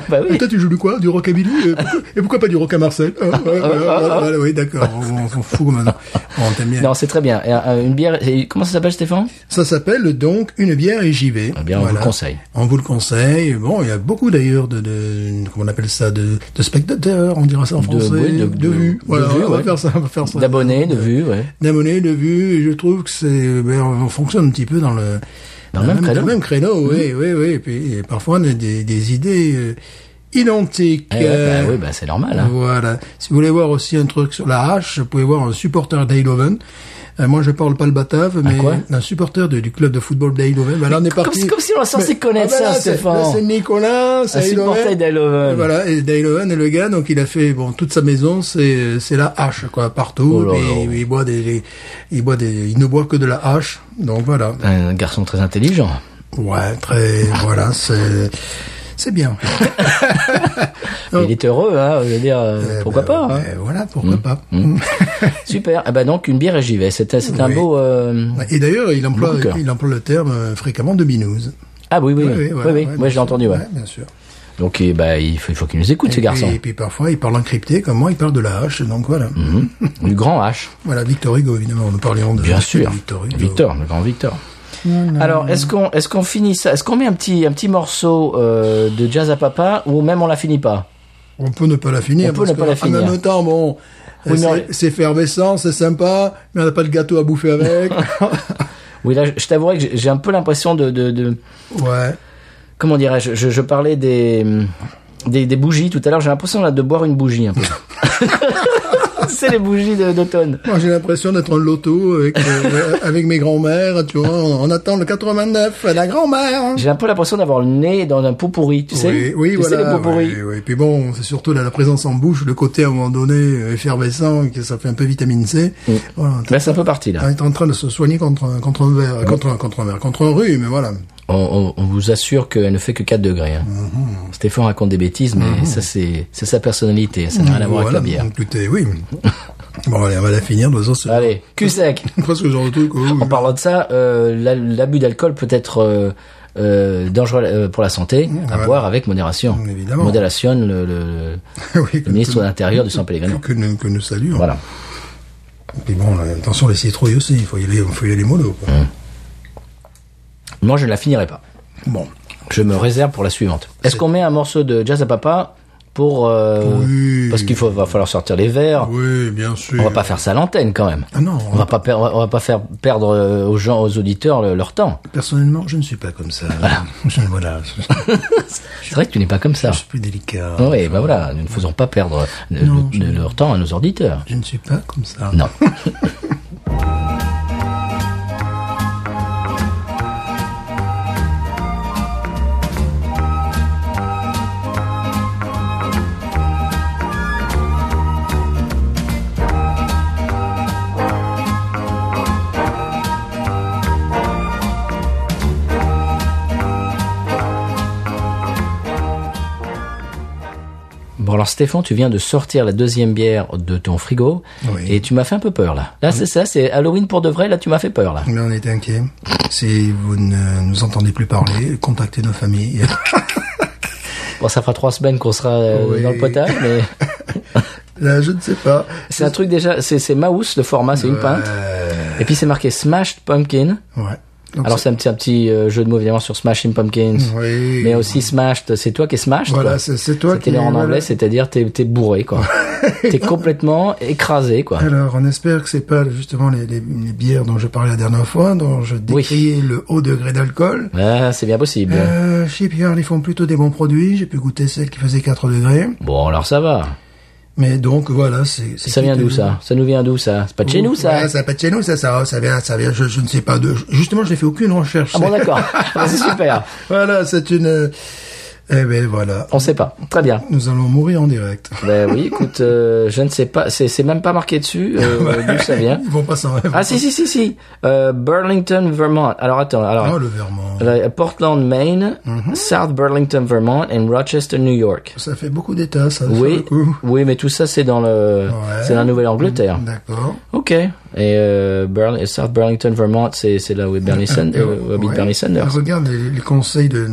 Speaker 2: bah oui.
Speaker 3: Toi, tu joues du quoi Du rockabilly et pourquoi, et pourquoi pas du rock à Marcel Ah,
Speaker 2: [laughs]
Speaker 3: ouais, ouais, ouais, ouais, Oui, d'accord. On, on s'en fout maintenant. On t'aime bien.
Speaker 2: Non, c'est très bien. Et, euh, Une bière. et comment ça s'appelle, Stéphane
Speaker 3: Ça s'appelle donc Une bière et j'y vais.
Speaker 2: Eh bien, on vous le conseille.
Speaker 3: On vous le conseille. Bon, il y a beaucoup d'ailleurs de, de comment on appelle ça, de, de spectateurs, on dira ça en français,
Speaker 2: oui, de- de-
Speaker 3: vues.
Speaker 2: de
Speaker 3: Voilà,
Speaker 2: vues,
Speaker 3: on va
Speaker 2: ouais.
Speaker 3: faire ça, on va faire ça.
Speaker 2: D'abonnés, de vues, ouais.
Speaker 3: d'abonnés, de vues. Et je trouve que c'est, ben, on fonctionne un petit peu dans le,
Speaker 2: Dans le même créneau. Mm-hmm.
Speaker 3: oui, oui, oui. Et puis et parfois on a des, des idées euh, identiques.
Speaker 2: Eh ouais,
Speaker 3: Euh,
Speaker 2: bah, oui, bah, c'est normal. Hein.
Speaker 3: Voilà. Si vous voulez voir aussi un truc sur la hache, vous pouvez voir un supporter d'Eindhoven. Euh, moi, je parle pas le batave, mais
Speaker 2: Ah, quoi
Speaker 3: un supporter de- du club de football d'Eindhoven. Ben, là, on est
Speaker 2: comme-
Speaker 3: parti.
Speaker 2: comme si on était censé
Speaker 3: Mais-
Speaker 2: connaître
Speaker 3: ah ben
Speaker 2: ça,
Speaker 3: là, c'est-
Speaker 2: Stéphane.
Speaker 3: là, C'est Nicolas, c'est
Speaker 2: Un supporter d'Eindhoven.
Speaker 3: Voilà, et d'Eindhoven est le gars, donc il a fait, bon, toute sa maison, c'est, c'est la hache, quoi, partout.
Speaker 2: Oh là
Speaker 3: Et
Speaker 2: là.
Speaker 3: il, boit des, des- il boit des, il ne boit que de la hache. Donc voilà.
Speaker 2: Un garçon très intelligent.
Speaker 3: Ouais, très, voilà, c'est, c'est bien.
Speaker 2: [laughs] Mais Il est heureux, hein, je veux dire, euh,
Speaker 3: Oh. Eh
Speaker 2: pourquoi
Speaker 3: ben,
Speaker 2: pas. hein. Hmm.
Speaker 3: eh, Voilà, pourquoi pas. [laughs]
Speaker 2: Super. Ah bah donc une bière et j'y vais. C'était c'était un
Speaker 3: Oui.
Speaker 2: beau. euh,
Speaker 3: Et d'ailleurs, il emploie,
Speaker 2: Beaucoup de cœur.
Speaker 3: il emploie le terme euh, fréquemment de binouze.
Speaker 2: Ah oui oui oui oui.
Speaker 3: voilà,
Speaker 2: oui,
Speaker 3: ouais,
Speaker 2: Moi,
Speaker 3: bien
Speaker 2: je l'ai
Speaker 3: sûr.
Speaker 2: entendu. Ouais.
Speaker 3: bien sûr.
Speaker 2: Donc eh bah il faut il faut qu'il nous écoute ce
Speaker 3: Et
Speaker 2: garçon.
Speaker 3: puis- Et puis parfois, il parle encrypté, comme moi, il parle de la hache, donc voilà.
Speaker 2: Du grand H.
Speaker 3: Voilà, Victor Hugo, évidemment, nous parlions de
Speaker 2: Mhm. Bien sûr.
Speaker 3: de Victor Hugo.
Speaker 2: Victor, le grand Victor. Alors, est-ce qu'on est-ce qu'on finit ça Est-ce qu'on met un petit un petit morceau euh, de jazz à papa ou même on la finit pas
Speaker 3: On peut ne pas la finir.
Speaker 2: On peut
Speaker 3: parce
Speaker 2: ne pas
Speaker 3: que,
Speaker 2: la
Speaker 3: En
Speaker 2: finir.
Speaker 3: même temps, bon,
Speaker 2: Oui,
Speaker 3: euh,
Speaker 2: mais on-
Speaker 3: c'est- c'est effervescent, c'est sympa, mais on n'a pas de gâteau à bouffer
Speaker 2: [laughs]
Speaker 3: avec.
Speaker 2: Oui, là, je- je t'avouerai que j'ai- j'ai un peu l'impression de, de, de
Speaker 3: ouais.
Speaker 2: comment dirais-je je, je parlais des, des des bougies tout à l'heure. J'ai l'impression là de boire une bougie
Speaker 3: [laughs]
Speaker 2: un peu. C'est les bougies de- d'automne.
Speaker 3: Moi, j'ai l'impression d'être en loto avec, euh, avec mes grands-mères, tu vois. On, on attend le 89, la grand-mère. hein.
Speaker 2: J'ai un peu l'impression d'avoir le nez dans un pot pourri, tu sais
Speaker 3: oui, oui,
Speaker 2: Tu sais,
Speaker 3: voilà.
Speaker 2: les pots pourris.
Speaker 3: oui, oui. Puis bon, c'est surtout la, la présence en bouche, le côté à un moment donné euh, effervescent, que ça fait un peu vitamine C.
Speaker 2: Mm.
Speaker 3: Voilà, on est-
Speaker 2: Là, c'est un peu parti, là.
Speaker 3: on est en train de se soigner contre un, contre un
Speaker 2: Mm.
Speaker 3: verre, contre un, contre un verre, contre un rhume, voilà.
Speaker 2: On, on- on vous assure qu'elle ne fait que 4 degrés. hein.
Speaker 3: Mm-hmm.
Speaker 2: Stéphane raconte des bêtises, mais ça, c'est c'est sa personnalité. Ça n'a rien à voir avec
Speaker 3: Voilà,
Speaker 2: Ah, la bière. Ah.
Speaker 3: donc, écoutez, oui. bon, allez, on va la finir, de toute façon, c'est-
Speaker 2: Allez, cul sec
Speaker 3: Presque ce genre de truc. oh, oui,
Speaker 2: En
Speaker 3: oui.
Speaker 2: parlant de ça, euh, la- l'abus d'alcool peut être euh, euh, dangereux euh, pour la santé, à
Speaker 3: Mhm. voilà.
Speaker 2: boire avec modération.
Speaker 3: Mmh, évidemment.
Speaker 2: Modération, le, le-
Speaker 3: [laughs] Oui,
Speaker 2: le
Speaker 3: que-
Speaker 2: ministre
Speaker 3: que-
Speaker 2: de l'Intérieur de San Pellegrino.
Speaker 3: que nous, que nous saluons.
Speaker 2: Voilà.
Speaker 3: Puis bon, là, attention, les citrouilles aussi, il faut y aller, faut y aller mollo, quoi.
Speaker 2: Mm. Moi, je ne la finirai pas.
Speaker 3: Bon.
Speaker 2: Je me réserve pour la suivante. Est-ce qu'on met un morceau de jazz à papa pour... euh,
Speaker 3: Oui.
Speaker 2: Parce qu'il faut- va falloir sortir les verres.
Speaker 3: Oui, bien sûr.
Speaker 2: Ah. On va pas faire ça à l'antenne quand même.
Speaker 3: Ah non,
Speaker 2: on va pas, per- on va pas faire perdre euh, aux gens, aux auditeurs le- leur temps.
Speaker 3: Personnellement, je ne suis pas comme ça. Voilà. Je, [laughs] voilà. Je,
Speaker 2: C'est vrai que tu n'es pas comme ça.
Speaker 3: je suis plus délicat.
Speaker 2: Oui, ben voilà, nous ne faisons pas perdre le-
Speaker 3: Non,
Speaker 2: le- leur temps à nos auditeurs.
Speaker 3: Je ne suis pas comme ça.
Speaker 2: Non. Bon alors Stéphane, tu viens de sortir la deuxième bière de ton frigo
Speaker 3: Oui.
Speaker 2: et tu m'as fait un peu peur là. Là c'est ça, c'est Halloween pour de vrai. Là tu m'as fait peur là.
Speaker 3: Mais on est inquiet. Si vous ne nous entendez plus parler, contactez nos familles. [laughs]
Speaker 2: Bon ça fera trois semaines qu'on sera euh,
Speaker 3: Oui.
Speaker 2: dans le potage,
Speaker 3: [laughs]
Speaker 2: mais
Speaker 3: Là, je ne sais pas.
Speaker 2: c'est un truc déjà. C'est c'est Maus le format, c'est une pinte.
Speaker 3: Euh,
Speaker 2: Et puis c'est marqué Smashed Pumpkin.
Speaker 3: Ouais. Donc,
Speaker 2: Alors
Speaker 3: ça-
Speaker 2: c'est un petit, un petit euh, jeu de mots évidemment sur Smashing Pumpkins.
Speaker 3: Oui.
Speaker 2: Mais aussi Smashed, c'est toi qui es Smashed.
Speaker 3: Voilà,
Speaker 2: quoi.
Speaker 3: c'est c'est toi
Speaker 2: C'était
Speaker 3: qui.
Speaker 2: l'air en
Speaker 3: voilà.
Speaker 2: anglais, c'est-à-dire t'es t'es bourré
Speaker 3: [laughs]
Speaker 2: quoi. t'es complètement écrasé quoi.
Speaker 3: Alors, on espère que c'est pas justement les, les- les bières dont je parlais la dernière fois, dont je
Speaker 2: Oui.
Speaker 3: décriais le haut degré d'alcool.
Speaker 2: Ah, c'est bien possible.
Speaker 3: Euh, chez Pierre, ils font plutôt des bons produits. J'ai pu goûter celle qui faisait 4 degrés.
Speaker 2: Bon alors ça va.
Speaker 3: Mais donc, voilà, c'est... c'est
Speaker 2: Ça vient
Speaker 3: plutôt-
Speaker 2: d'où ça Ça nous vient d'où ça C'est pas de chez nous ça.
Speaker 3: Ouais, ça pas de chez nous, ça, ça, ça vient, ça vient, je, je ne sais pas de... Justement, je n'ai fait aucune recherche.
Speaker 2: Ah bon
Speaker 3: [laughs]
Speaker 2: d'accord. Ah, c'est super.
Speaker 3: voilà, c'est une... euh, Eh ben, voilà.
Speaker 2: On sait pas. Très bien.
Speaker 3: Nous allons mourir en direct.
Speaker 2: Ben oui, écoute, euh, je ne sais pas, c'est c'est même pas marqué dessus
Speaker 3: [laughs]
Speaker 2: euh, d'où ça vient.
Speaker 3: Ils vont pas s'en
Speaker 2: Ah si si si si. Euh, Burlington, Vermont. Alors attends, alors
Speaker 3: Oh, le Vermont.
Speaker 2: euh, Portland, Maine, South Burlington, Vermont et Rochester, New York.
Speaker 3: Ça fait beaucoup d'états, ça, sur le
Speaker 2: Oui,
Speaker 3: coup.
Speaker 2: oui, mais tout ça c'est dans le,
Speaker 3: Ouais. Mm,
Speaker 2: c'est la Nouvelle-Angleterre.
Speaker 3: D'accord.
Speaker 2: Ok. Et euh, Burl- South Burlington, Vermont, c'est c'est là où est
Speaker 3: [laughs]
Speaker 2: Bernie Sanders, où habite
Speaker 3: Ouais.
Speaker 2: Bernie Sanders.
Speaker 3: Regarde les, les conseils de...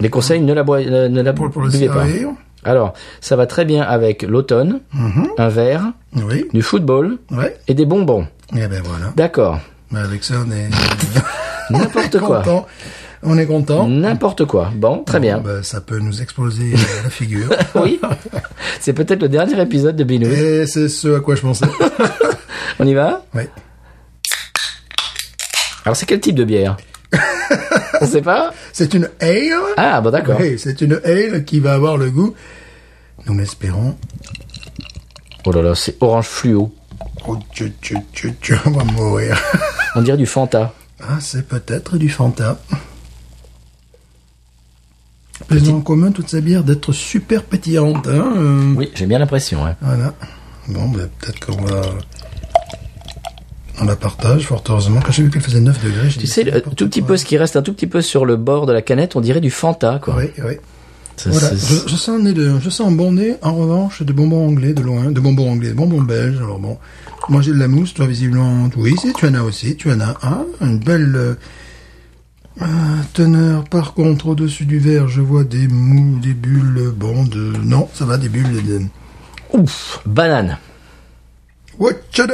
Speaker 2: Les conseils ne la boi- ne, ne la
Speaker 3: Pour, pour le
Speaker 2: buvez pas.
Speaker 3: servir.
Speaker 2: Alors, ça va très bien avec l'automne,
Speaker 3: Mhm.
Speaker 2: un verre,
Speaker 3: Oui.
Speaker 2: du football
Speaker 3: Ouais.
Speaker 2: et des bonbons.
Speaker 3: Eh ben, voilà.
Speaker 2: D'accord.
Speaker 3: Mais avec ça, on est...
Speaker 2: [laughs] N'importe quoi.
Speaker 3: content. On est content.
Speaker 2: N'importe quoi. Bon, très
Speaker 3: Bon,
Speaker 2: bien. [laughs]
Speaker 3: bah, ça peut nous exploser euh, la figure.
Speaker 2: Oui. C'est peut-être le dernier épisode de Binous.
Speaker 3: Et c'est ce à quoi
Speaker 2: [laughs]
Speaker 3: je pensais.
Speaker 2: On y va
Speaker 3: Oui.
Speaker 2: Alors, c'est quel type de
Speaker 3: [laughs]
Speaker 2: bière On sait pas
Speaker 3: C'est une ale.
Speaker 2: Ah, bon, d'accord.
Speaker 3: Oui, c'est une ale qui va avoir le goût. Nous l'espérons.
Speaker 2: Oh là là, c'est orange fluo.
Speaker 3: Oh, tu, tu, tu, tu, on va mourir. [laughs]
Speaker 2: On dirait du Fanta.
Speaker 3: Ah, c'est peut-être du Fanta. Plaisant en commun, toutes ces bières, d'être super pétillantes. Hein euh,
Speaker 2: Oui, j'ai bien l'impression. hein.
Speaker 3: Voilà. Bon, bah, peut-être qu'on va... On la partage, fort heureusement. Quand j'ai vu qu'elle faisait 9 degrés, j'ai
Speaker 2: Tu sais, le- tout petit peu, ce qui reste un tout petit peu sur le bord de la canette, on dirait du Fanta, quoi.
Speaker 3: Oui, oui.
Speaker 2: Ça,
Speaker 3: Voilà,
Speaker 2: c'est-
Speaker 3: je, je sens un nez de, je sens un bon nez, en revanche, de bonbons anglais, de loin, de bonbons anglais, de bonbons belges, alors bon. Moi, j'ai de la mousse, toi, visiblement, oui, si, tu en as aussi, tu en as un, une belle, euh, euh, teneur. Par contre, au-dessus du verre, je vois des mous, des bulles, euh, bon, de, non, ça va, des bulles, de,
Speaker 2: Ouf, banane.
Speaker 3: Watcha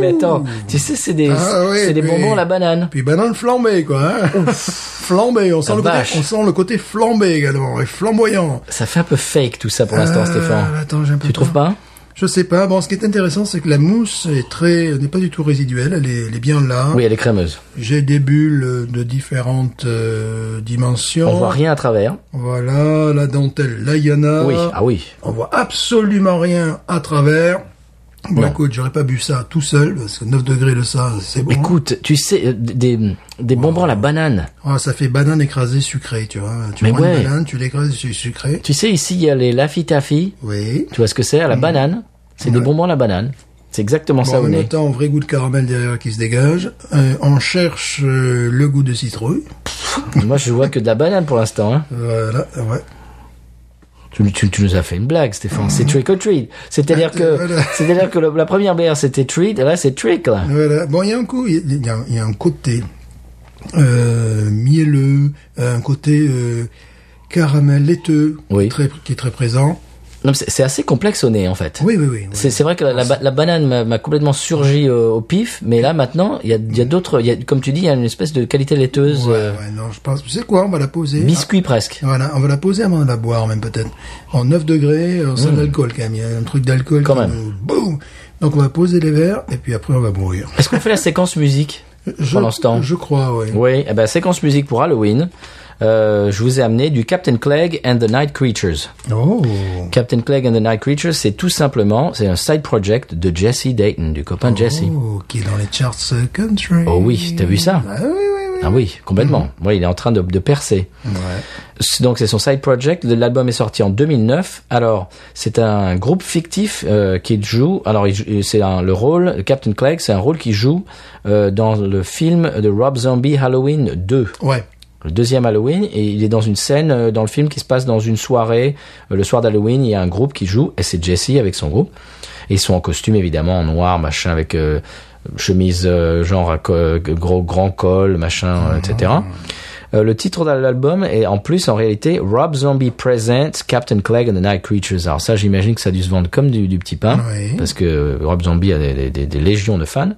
Speaker 2: Mais attends, tu sais, c'est des,
Speaker 3: Ah oui,
Speaker 2: c'est des
Speaker 3: puis-
Speaker 2: bonbons à la banane.
Speaker 3: Puis ben, banane flambée, quoi, hein. flambée, on sent
Speaker 2: La
Speaker 3: le côté,
Speaker 2: vache.
Speaker 3: on sent le côté flambé également, et flamboyant.
Speaker 2: Ça fait un peu fake tout ça pour l'instant,
Speaker 3: Ah,
Speaker 2: Stéphane.
Speaker 3: Attends, j'ai un peu
Speaker 2: Tu trouves
Speaker 3: peur.
Speaker 2: pas
Speaker 3: Je sais pas. Bon, ce qui est intéressant, c'est que la mousse est très, n'est pas du tout résiduelle. Elle est, elle est bien là.
Speaker 2: Oui, elle est crémeuse.
Speaker 3: J'ai des bulles euh, de différentes euh, dimensions.
Speaker 2: On voit rien à travers.
Speaker 3: Voilà, la dentelle, là, il y en a.
Speaker 2: Oui, ah oui.
Speaker 3: On voit absolument rien à travers. Bon,
Speaker 2: Non.
Speaker 3: écoute, j'aurais pas bu ça tout seul, parce que 9 degrés le ça, c'est bon.
Speaker 2: Écoute, tu sais, euh, des, des bonbons à la banane.
Speaker 3: Ah, ça fait banane écrasée sucrée, tu vois. Tu
Speaker 2: Mais
Speaker 3: prends
Speaker 2: ouais.
Speaker 3: une banane, tu l'écrases, c'est sucré.
Speaker 2: Tu sais, ici, il y a les Laffy Taffy.
Speaker 3: Oui.
Speaker 2: Tu vois ce que c'est À la banane. C'est des bonbons à la banane. C'est exactement
Speaker 3: Mm. Bon,
Speaker 2: ça
Speaker 3: en
Speaker 2: au
Speaker 3: même
Speaker 2: nez.
Speaker 3: temps, un vrai goût de caramel derrière qui se dégage. Euh, on cherche euh, le goût de citrouille.
Speaker 2: Moi, je vois que de la banane pour l'instant. Hein.
Speaker 3: Voilà, ouais.
Speaker 2: Tu, tu, tu nous as fait une blague, Stéphane. C'est trick or treat. C'est-à-dire que,
Speaker 3: Voilà.
Speaker 2: c'est-à-dire que le- la première bière, c'était treat, et là, c'est trick, là.
Speaker 3: Voilà. Bon, il y a un coup, il y, a- il y a un côté euh, mielleux, un côté euh, caramel laiteux,
Speaker 2: Oui.
Speaker 3: très, qui est très présent.
Speaker 2: Non, mais c'est c'est assez complexe au nez, en fait.
Speaker 3: Oui, oui, oui. oui.
Speaker 2: C'est c'est vrai que la, la, ba- la banane m'a- m'a complètement surgi euh, au pif, mais là, maintenant, il y a, il y a d'autres, il y a- comme tu dis, il y a une espèce de qualité laiteuse,
Speaker 3: Ouais,
Speaker 2: euh,
Speaker 3: ouais, non, je pense. Tu sais quoi, on va la poser.
Speaker 2: biscuit presque.
Speaker 3: Ah, Voilà, on va la poser avant de la boire, même peut-être. En 9 degrés, on sent l'alcool quand même. Il y a un truc d'alcool
Speaker 2: Mmh. Quand
Speaker 3: qui
Speaker 2: même.
Speaker 3: nous- Boum Donc on va poser les verres, et puis après on va mourir.
Speaker 2: Est-ce qu'on fait la séquence musique
Speaker 3: Je,
Speaker 2: pendant ce temps
Speaker 3: Je crois, oui.
Speaker 2: Oui, eh ben, séquence musique pour Halloween. Euh, je vous ai amené du Captain Clegg and the Night Creatures.
Speaker 3: Oh
Speaker 2: Captain Clegg and the Night Creatures, c'est tout simplement, c'est un side project de Jesse Dayton, du copain de Jesse.
Speaker 3: Oh, qui est dans les charts euh, country.
Speaker 2: Oh oui, t'as vu ça
Speaker 3: Ah oui, oui, oui.
Speaker 2: Ah oui, complètement. Oui, il est en train de, de percer. C'est- Donc c'est son side project. L'album est sorti en 2009. Alors c'est un groupe fictif euh, qui joue. Alors il joue- c'est un- le rôle Captain Clegg, c'est un rôle qu'il joue euh, dans le film de Rob Zombie Halloween 2.
Speaker 3: Ouais.
Speaker 2: Le deuxième Halloween, et il est dans une scène euh, dans le film qui se passe dans une soirée. Euh, Le soir d'Halloween, il y a un groupe qui joue, et c'est Jesse avec son groupe. Et ils sont en costume, évidemment, en noir, machin, avec euh, chemise euh, genre à co- gros grand col, machin, euh, etc. Euh, le titre de l'album est en plus en réalité Rob Zombie Presents Captain Clegg and the Night Creatures. Alors ça, j'imagine que ça a dû se vendre comme du, du petit pain,
Speaker 3: Oui.
Speaker 2: parce que euh, Rob Zombie a des, des- des- des légions de fans.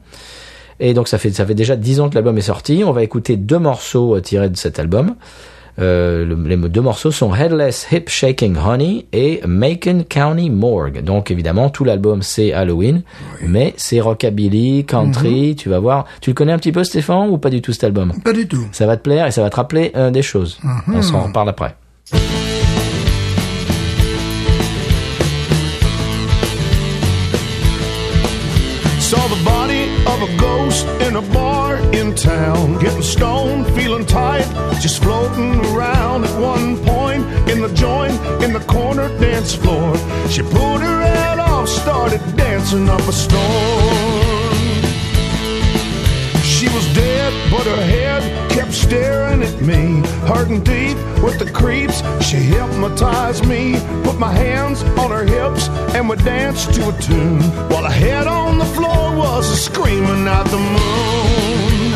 Speaker 2: Et donc ça fait ça fait déjà 10 ans que l'album est sorti. On va écouter deux morceaux euh, tirés de cet album. Euh, le- les deux morceaux sont Headless Hip Shaking Honey et Macon County Morgue. Donc évidemment tout l'album c'est Halloween, mais c'est rockabilly, country. Tu vas voir. Tu le connais un petit peu Stéphane ou pas du tout cet album
Speaker 3: Pas du tout.
Speaker 2: Ça va te plaire et ça va te rappeler euh, des choses. On s'en reparle après.
Speaker 4: Saw the body of a ghost in a bar in town. Getting stoned, feeling tight, just floating around. At one point in the joint, in the corner dance floor, she pulled her head off, started dancing up a storm. She was dead, but her head kept staring at me. Hurting deep with the creeps, she hypnotized me. Put my hands on her hips, and we danced to a tune. While her head on the floor was screaming out the moon.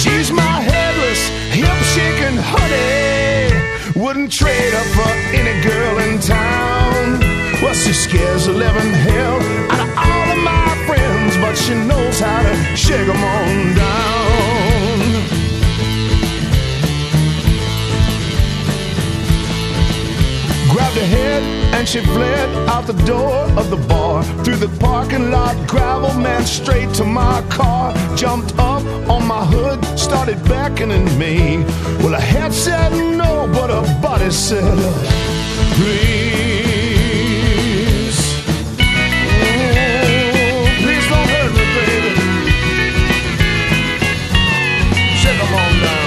Speaker 4: She's my headless, hip shaking honey. Wouldn't trade her for any girl in town. Well, she scares the living hell out of all of my friends, but she knows how to shake 'em on down. grabbed her head and she fled out the door of the bar through the parking lot gravel man straight to my car jumped up on my hood started beckoning me well her head said no but her body said please oh, please don't hurt me baby shake 'em on down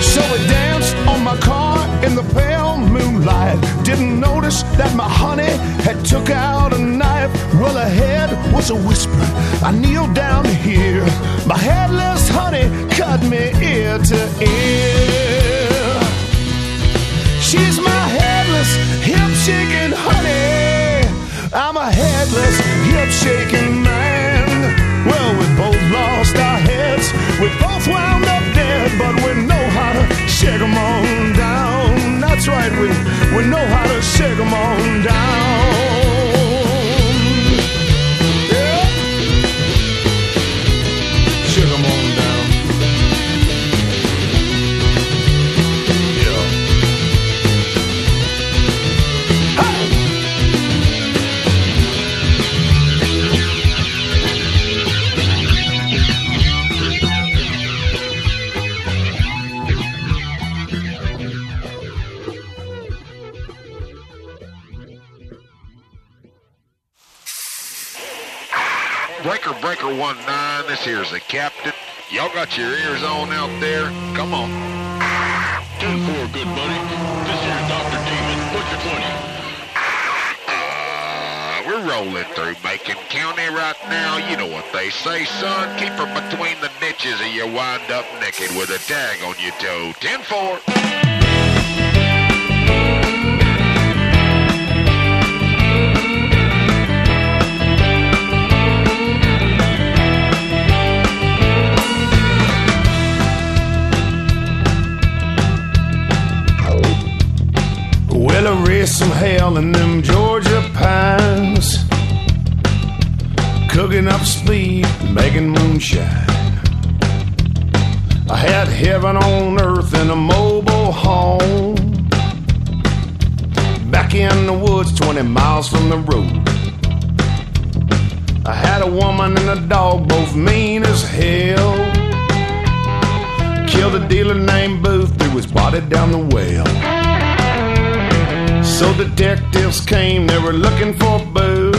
Speaker 4: So I danced on my car in the pale moonlight. Didn't notice that my honey had took out a knife. Well, her head was a whisper. I kneeled down to hear my headless honey cut me ear to ear. She's my headless, hip shaking honey. I'm a headless, hip shaking man. Well, we both lost our heads. We both wound up dead, but we know how to shake 'em on down. That's right, we, we know how to shake 'em on down. Yeah. Shake 'em on down. Yeah.
Speaker 5: Breaker Breaker one nine. this here's the captain. Y'all got your ears on out there? Come on. 10-4, good buddy. This here's Dr. Demon. What's your 20? Uh, we're rolling through Macon County right now. You know what they say, son. Keep her between the ditches or you wind up naked with a tag on your toe. 10-4.
Speaker 4: Well, I raised some hell in them Georgia pines. Cooking up speed, making moonshine. I had heaven on earth in a mobile home. Back in the woods, 20 miles from the road. I had a woman and a dog, both mean as hell. Killed a dealer named Booth, threw his body down the well. So detectives came, they were looking for Boo.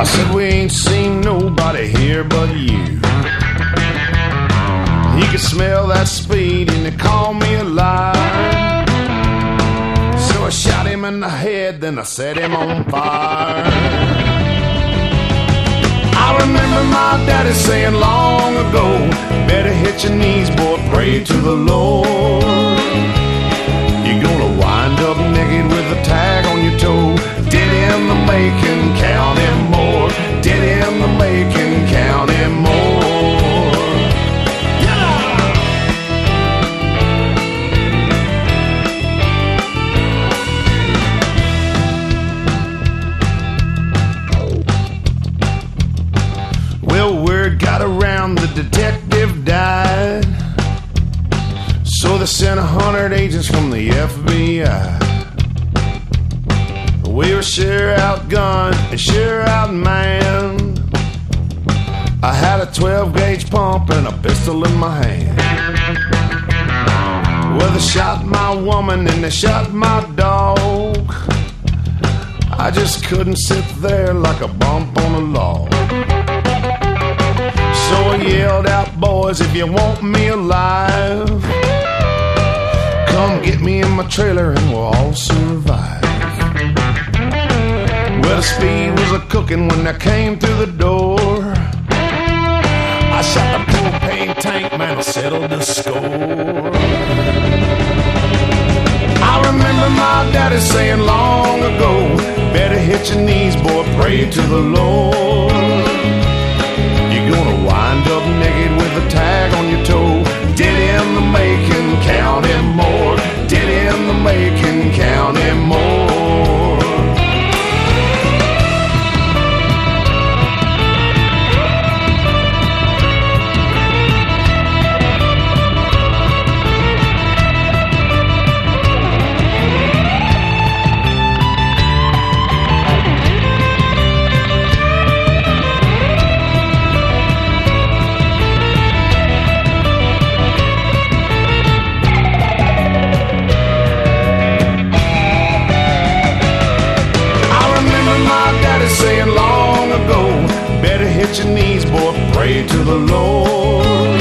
Speaker 4: I said, We ain't seen nobody here but you. He could smell that speed and he called me a liar. So I shot him in the head, then I set him on fire. I remember my daddy saying long ago, better hit your knees, boy, pray to the Lord. You're gonna wind up naked with a tag on your toe. Dead in the making, count retired agents from the FBI. We were sure outgunned and sure outmanned. I had a 12 gauge pump and a pistol in my hand. Well, they shot my woman and they shot my dog. I just couldn't sit there like a bump on a log. So I yelled out, boys, if you want me alive, come get me in my trailer and we'll all survive. Well, the speed was a cooking when I came through the door. I shot the propane tank, man, I settled the score. I remember my daddy saying long ago, better hit your knees, boy, pray to the Lord. You're gonna wind up naked with a tag on your toe. Did in the making, count him more. Did in the making, count him more. I remember my daddy saying long ago, better hit your knees, boy, pray to the Lord.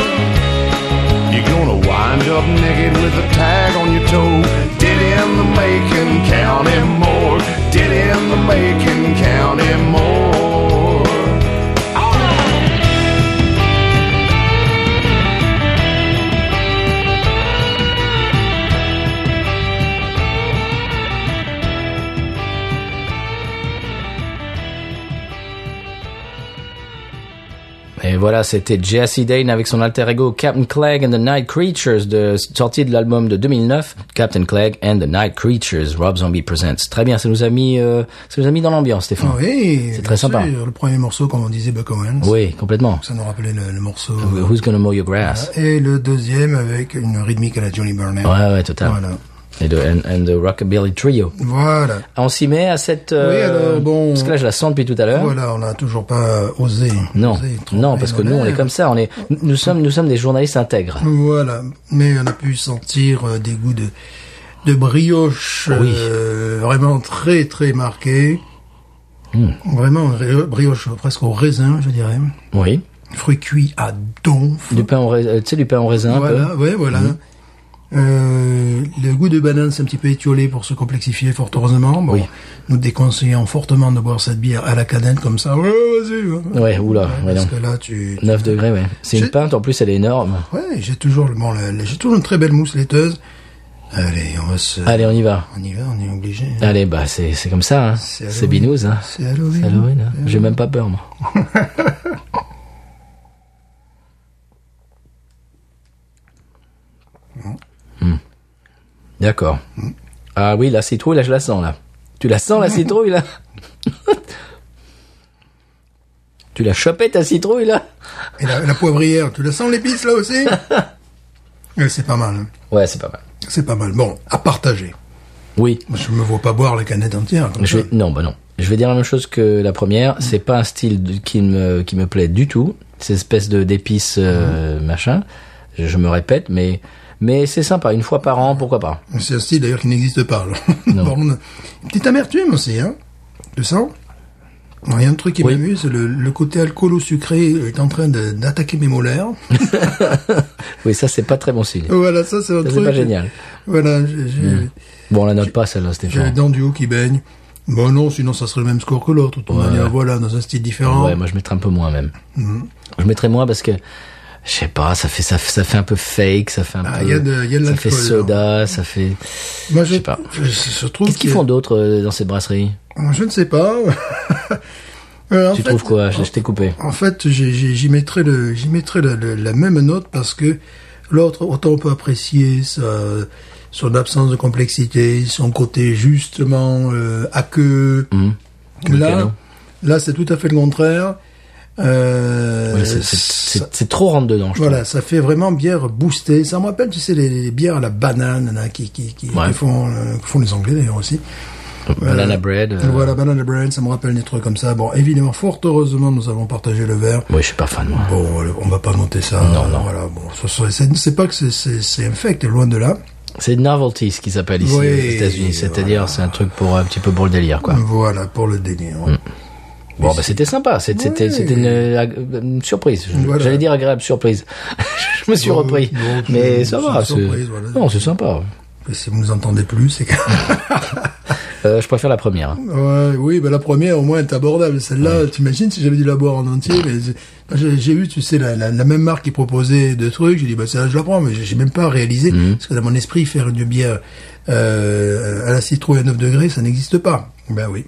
Speaker 4: You're gonna wind up naked with a tag on your toe. Did in the making, count him more. Did in the making, count him more.
Speaker 2: Et voilà, c'était Jesse Dane avec son alter ego Captain Clegg and the Night Creatures, de, sorti de l'album de 2009, Captain Clegg and the Night Creatures, Rob Zombie Presents. Très bien, ça nous a mis, euh, ça nous a mis dans l'ambiance, Stéphane.
Speaker 3: Oui,
Speaker 2: Ah C'est
Speaker 3: bien
Speaker 2: très sympa.
Speaker 3: sûr, Le premier morceau, comme on disait, Buck Owens.
Speaker 2: Oui, complètement.
Speaker 3: Ça nous rappelait le, le morceau.
Speaker 2: Who's gonna mow your grass?
Speaker 3: Et le deuxième avec une rythmique à la Johnny Burnett.
Speaker 2: Ouais, ouais, total.
Speaker 3: Voilà.
Speaker 2: Et de, and, and the Rockabilly Trio.
Speaker 3: Voilà.
Speaker 2: On s'y met à cette, euh,
Speaker 3: alors, bon.
Speaker 2: parce que là, je la sens depuis tout à l'heure.
Speaker 3: Voilà, on n'a toujours pas osé.
Speaker 2: Hein Non,
Speaker 3: osé
Speaker 2: non,
Speaker 3: tromper
Speaker 2: parce que
Speaker 3: nos
Speaker 2: nous, on est
Speaker 3: nerfs.
Speaker 2: comme ça, on est, nous sommes, nous sommes des journalistes intègres.
Speaker 3: Voilà, mais on a pu sentir euh, des goûts de, de brioche
Speaker 2: Oui.
Speaker 3: euh, vraiment très très marqués.
Speaker 2: Hmm.
Speaker 3: Vraiment bri- brioche presque au raisin, je dirais.
Speaker 2: Oui.
Speaker 3: Fruits cuits à donf.
Speaker 2: Du pain au raisin, euh, tu sais, du pain au raisin un
Speaker 3: voilà,
Speaker 2: peu.
Speaker 3: ouais, voilà.
Speaker 2: Mhm.
Speaker 3: Euh, le goût de banane, c'est un petit peu étiolé pour se complexifier, fort heureusement. Bon,
Speaker 2: Oui.
Speaker 3: Nous déconseillons fortement de boire cette bière à la cadenne comme ça. Ouais, vas-y. hein. ouais.
Speaker 2: Ouais, oula, ouais,
Speaker 3: Parce
Speaker 2: non.
Speaker 3: que là, tu,
Speaker 2: 9 degrés, ouais. C'est une
Speaker 3: Je-
Speaker 2: pinte, en plus, elle est énorme.
Speaker 3: Ouais, j'ai toujours le bon, le- le- j'ai toujours une très belle mousse laiteuse. Allez, on va se,
Speaker 2: Allez, on y va.
Speaker 3: on y va, on est obligé. hein.
Speaker 2: Allez, bah, c'est, c'est comme ça, hein.
Speaker 3: C'est
Speaker 2: C'est
Speaker 3: Halloween.
Speaker 2: binouze, hein.
Speaker 3: C'est Halloween.
Speaker 2: C'est Halloween, hein. J'ai même pas peur, moi. Hmm. D'accord. Ah oui, la citrouille, là, je la sens, là. Tu la sens, la citrouille, là Tu la chopais, ta citrouille, là
Speaker 3: Et la, la poivrière, tu la sens l'épice
Speaker 2: [laughs]
Speaker 3: là aussi Ouais, C'est pas mal, hein.
Speaker 2: Ouais, c'est pas mal.
Speaker 3: c'est pas mal. Bon, à partager.
Speaker 2: Oui.
Speaker 3: Moi, Je me vois pas boire la canette entière. comme
Speaker 2: Je
Speaker 3: ça.
Speaker 2: vais- non, bah non. Je vais dire la même chose que la première. C'est pas un style de- qui me qui me plaît du tout. Ces espèces de d'épices euh,
Speaker 3: Mhm.
Speaker 2: machin. Je, je me répète, mais mais c'est sympa. Une fois par an, pourquoi pas
Speaker 3: C'est un style d'ailleurs qui n'existe pas. alors. [laughs]
Speaker 2: Non.
Speaker 3: Parlons de- Une petite amertume aussi, hein. Tu sens Il y a un truc qui
Speaker 2: Oui.
Speaker 3: m'amuse, le, le côté alcoolo-sucré est en train de- d'attaquer mes molaires. [laughs]
Speaker 2: Oui, ça c'est pas très bon signe.
Speaker 3: voilà, ça c'est un
Speaker 2: Ça, c'est
Speaker 3: truc.
Speaker 2: pas génial. Mmh,
Speaker 3: Voilà, j'ai- j'ai-
Speaker 2: Bon, on la note pas celle-là,
Speaker 3: J'ai les
Speaker 2: Stéphane.
Speaker 3: dents du haut qui baignent. Bon non, sinon ça serait le même score que l'autre. De toute manière, voilà, dans un style différent.
Speaker 2: Ouais, moi je mettrais un peu moins même.
Speaker 3: Mhm.
Speaker 2: Je mettrais moins parce que je sais pas, ça fait ça, ça fait un peu fake, ça fait un
Speaker 3: Ah,
Speaker 2: peu
Speaker 3: il y a de- il y a de
Speaker 2: ça fait
Speaker 3: l'alcool,
Speaker 2: soda, ça fait.
Speaker 3: Moi,
Speaker 2: je sais pas.
Speaker 3: Je, je trouve
Speaker 2: Qu'est-ce qu'ils
Speaker 3: que-
Speaker 2: font d'autre euh, dans cette brasserie
Speaker 3: Je ne sais pas. [laughs] Euh, en
Speaker 2: Tu
Speaker 3: fait-
Speaker 2: trouves quoi Je, je t'ai coupé.
Speaker 3: En fait, j'ai- j'ai- j'y mettrais le, j'y mettrais la, la- la même note parce que l'autre, autant on peut apprécier sa- son absence de complexité, son côté justement euh, aqueux.
Speaker 2: Mmh.
Speaker 3: Là,
Speaker 2: canon.
Speaker 3: là, c'est tout à fait le contraire. Euh,
Speaker 2: Ouais, c'est- c'est-
Speaker 3: ça-
Speaker 2: C'est c'est trop rentre dedans, je
Speaker 3: voilà, ça fait vraiment bière boostée. Ça me rappelle, tu sais, les, les bières à la banane là, qui, qui, qui,
Speaker 2: Ouais.
Speaker 3: qui font, euh, que font les Anglais d'ailleurs aussi.
Speaker 2: trouve. Banana bread. euh,
Speaker 3: Voilà, banana bread, ça me rappelle des trucs comme ça. Bon, évidemment, fort heureusement, nous avons partagé le verre.
Speaker 2: Ouais, je suis pas fan, moi.
Speaker 3: Bon, euh, on va pas monter ça.
Speaker 2: Non, non.
Speaker 3: Voilà, bon, ce serait- c'est c'est pas que c'est- c'est c'est infect, loin de là.
Speaker 2: C'est novelty, ce qu'ils appellent ici
Speaker 3: Oui,
Speaker 2: aux États-Unis. C'est-à-dire, c'est un truc pour euh, un petit peu pour le délire, quoi.
Speaker 3: Voilà, pour le hein. délire.
Speaker 2: Bon, bah, c'était sympa. C'est- C'était
Speaker 3: Oui.
Speaker 2: c'était une, euh, ag- une surprise. Je-
Speaker 3: Voilà.
Speaker 2: J'allais dire agréable surprise. [laughs] je me suis
Speaker 3: Bon,
Speaker 2: repris.
Speaker 3: bon, c'est-
Speaker 2: Mais ça
Speaker 3: c'est
Speaker 2: va.
Speaker 3: une
Speaker 2: c'est-
Speaker 3: surprise, voilà.
Speaker 2: Non, c'est sympa.
Speaker 3: Et si vous nous entendez plus, c'est que...
Speaker 2: Euh, je préfère la première. hein.
Speaker 3: [laughs] Ouais, oui, bah la première au moins elle est abordable. Celle-là, t'imagines si j'avais dû la boire en entier. Mais j'ai- moi, j'ai j'ai eu, tu sais, la, la, la même marque qui proposait deux trucs. J'ai dit, bah celle-là je la prends, mais j'ai j'ai même pas réalisé parce que dans mon esprit, faire une bière euh, à la citrouille à 9 degrés, ça n'existe pas. Ben oui.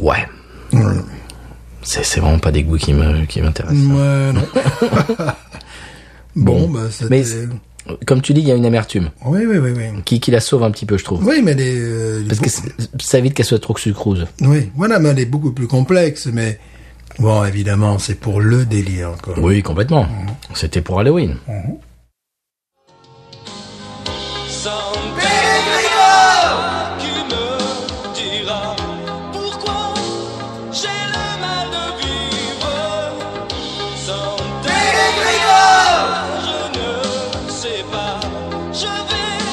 Speaker 2: Ouais.
Speaker 3: Voilà.
Speaker 2: C'est c'est vraiment pas des goûts qui me- qui m'intéressent.
Speaker 3: Ouais, non. [laughs] bon, bah c'était.
Speaker 2: Mais c'est- Comme tu dis, il y a une amertume
Speaker 3: Oui, oui, oui, oui.
Speaker 2: qui, qui la sauve un petit peu, je trouve.
Speaker 3: Oui, mais elle est. euh, elle est
Speaker 2: Parce que
Speaker 3: beaucoup-
Speaker 2: c'est- ça évite qu'elle soit trop sucrose.
Speaker 3: Oui, voilà, mais elle est beaucoup plus complexe. Mais bon, évidemment, c'est pour le délire. Quoi.
Speaker 2: Oui, complètement. C'était pour Halloween.
Speaker 6: Some pèlerin qui me dira pourquoi j'ai le mal de vivre. Sans pèlerin, je ne sais pas. Je vais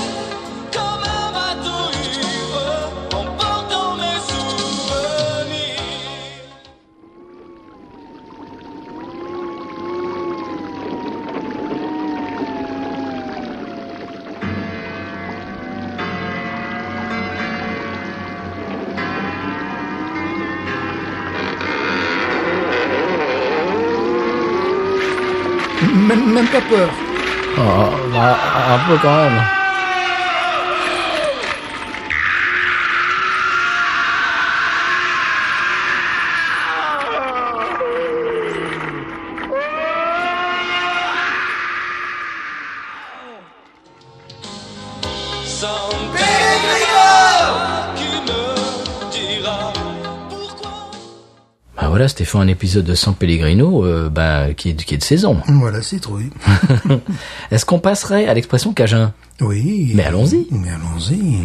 Speaker 6: comme un bateau ivre en portant mes souvenirs.
Speaker 3: Même, même pas peur.
Speaker 2: Oh, bah, un peu quand même.
Speaker 6: Sans pèlerin qui me dira pourquoi.
Speaker 2: Bah voilà, c'était fait un épisode de San Pellegrino euh, bah, qui, est, qui est de saison.
Speaker 3: Voilà, citrouille.
Speaker 2: Est-ce qu'on passerait à l'expression Cajun
Speaker 3: Oui.
Speaker 2: Mais allons-y.
Speaker 3: Mais allons-y.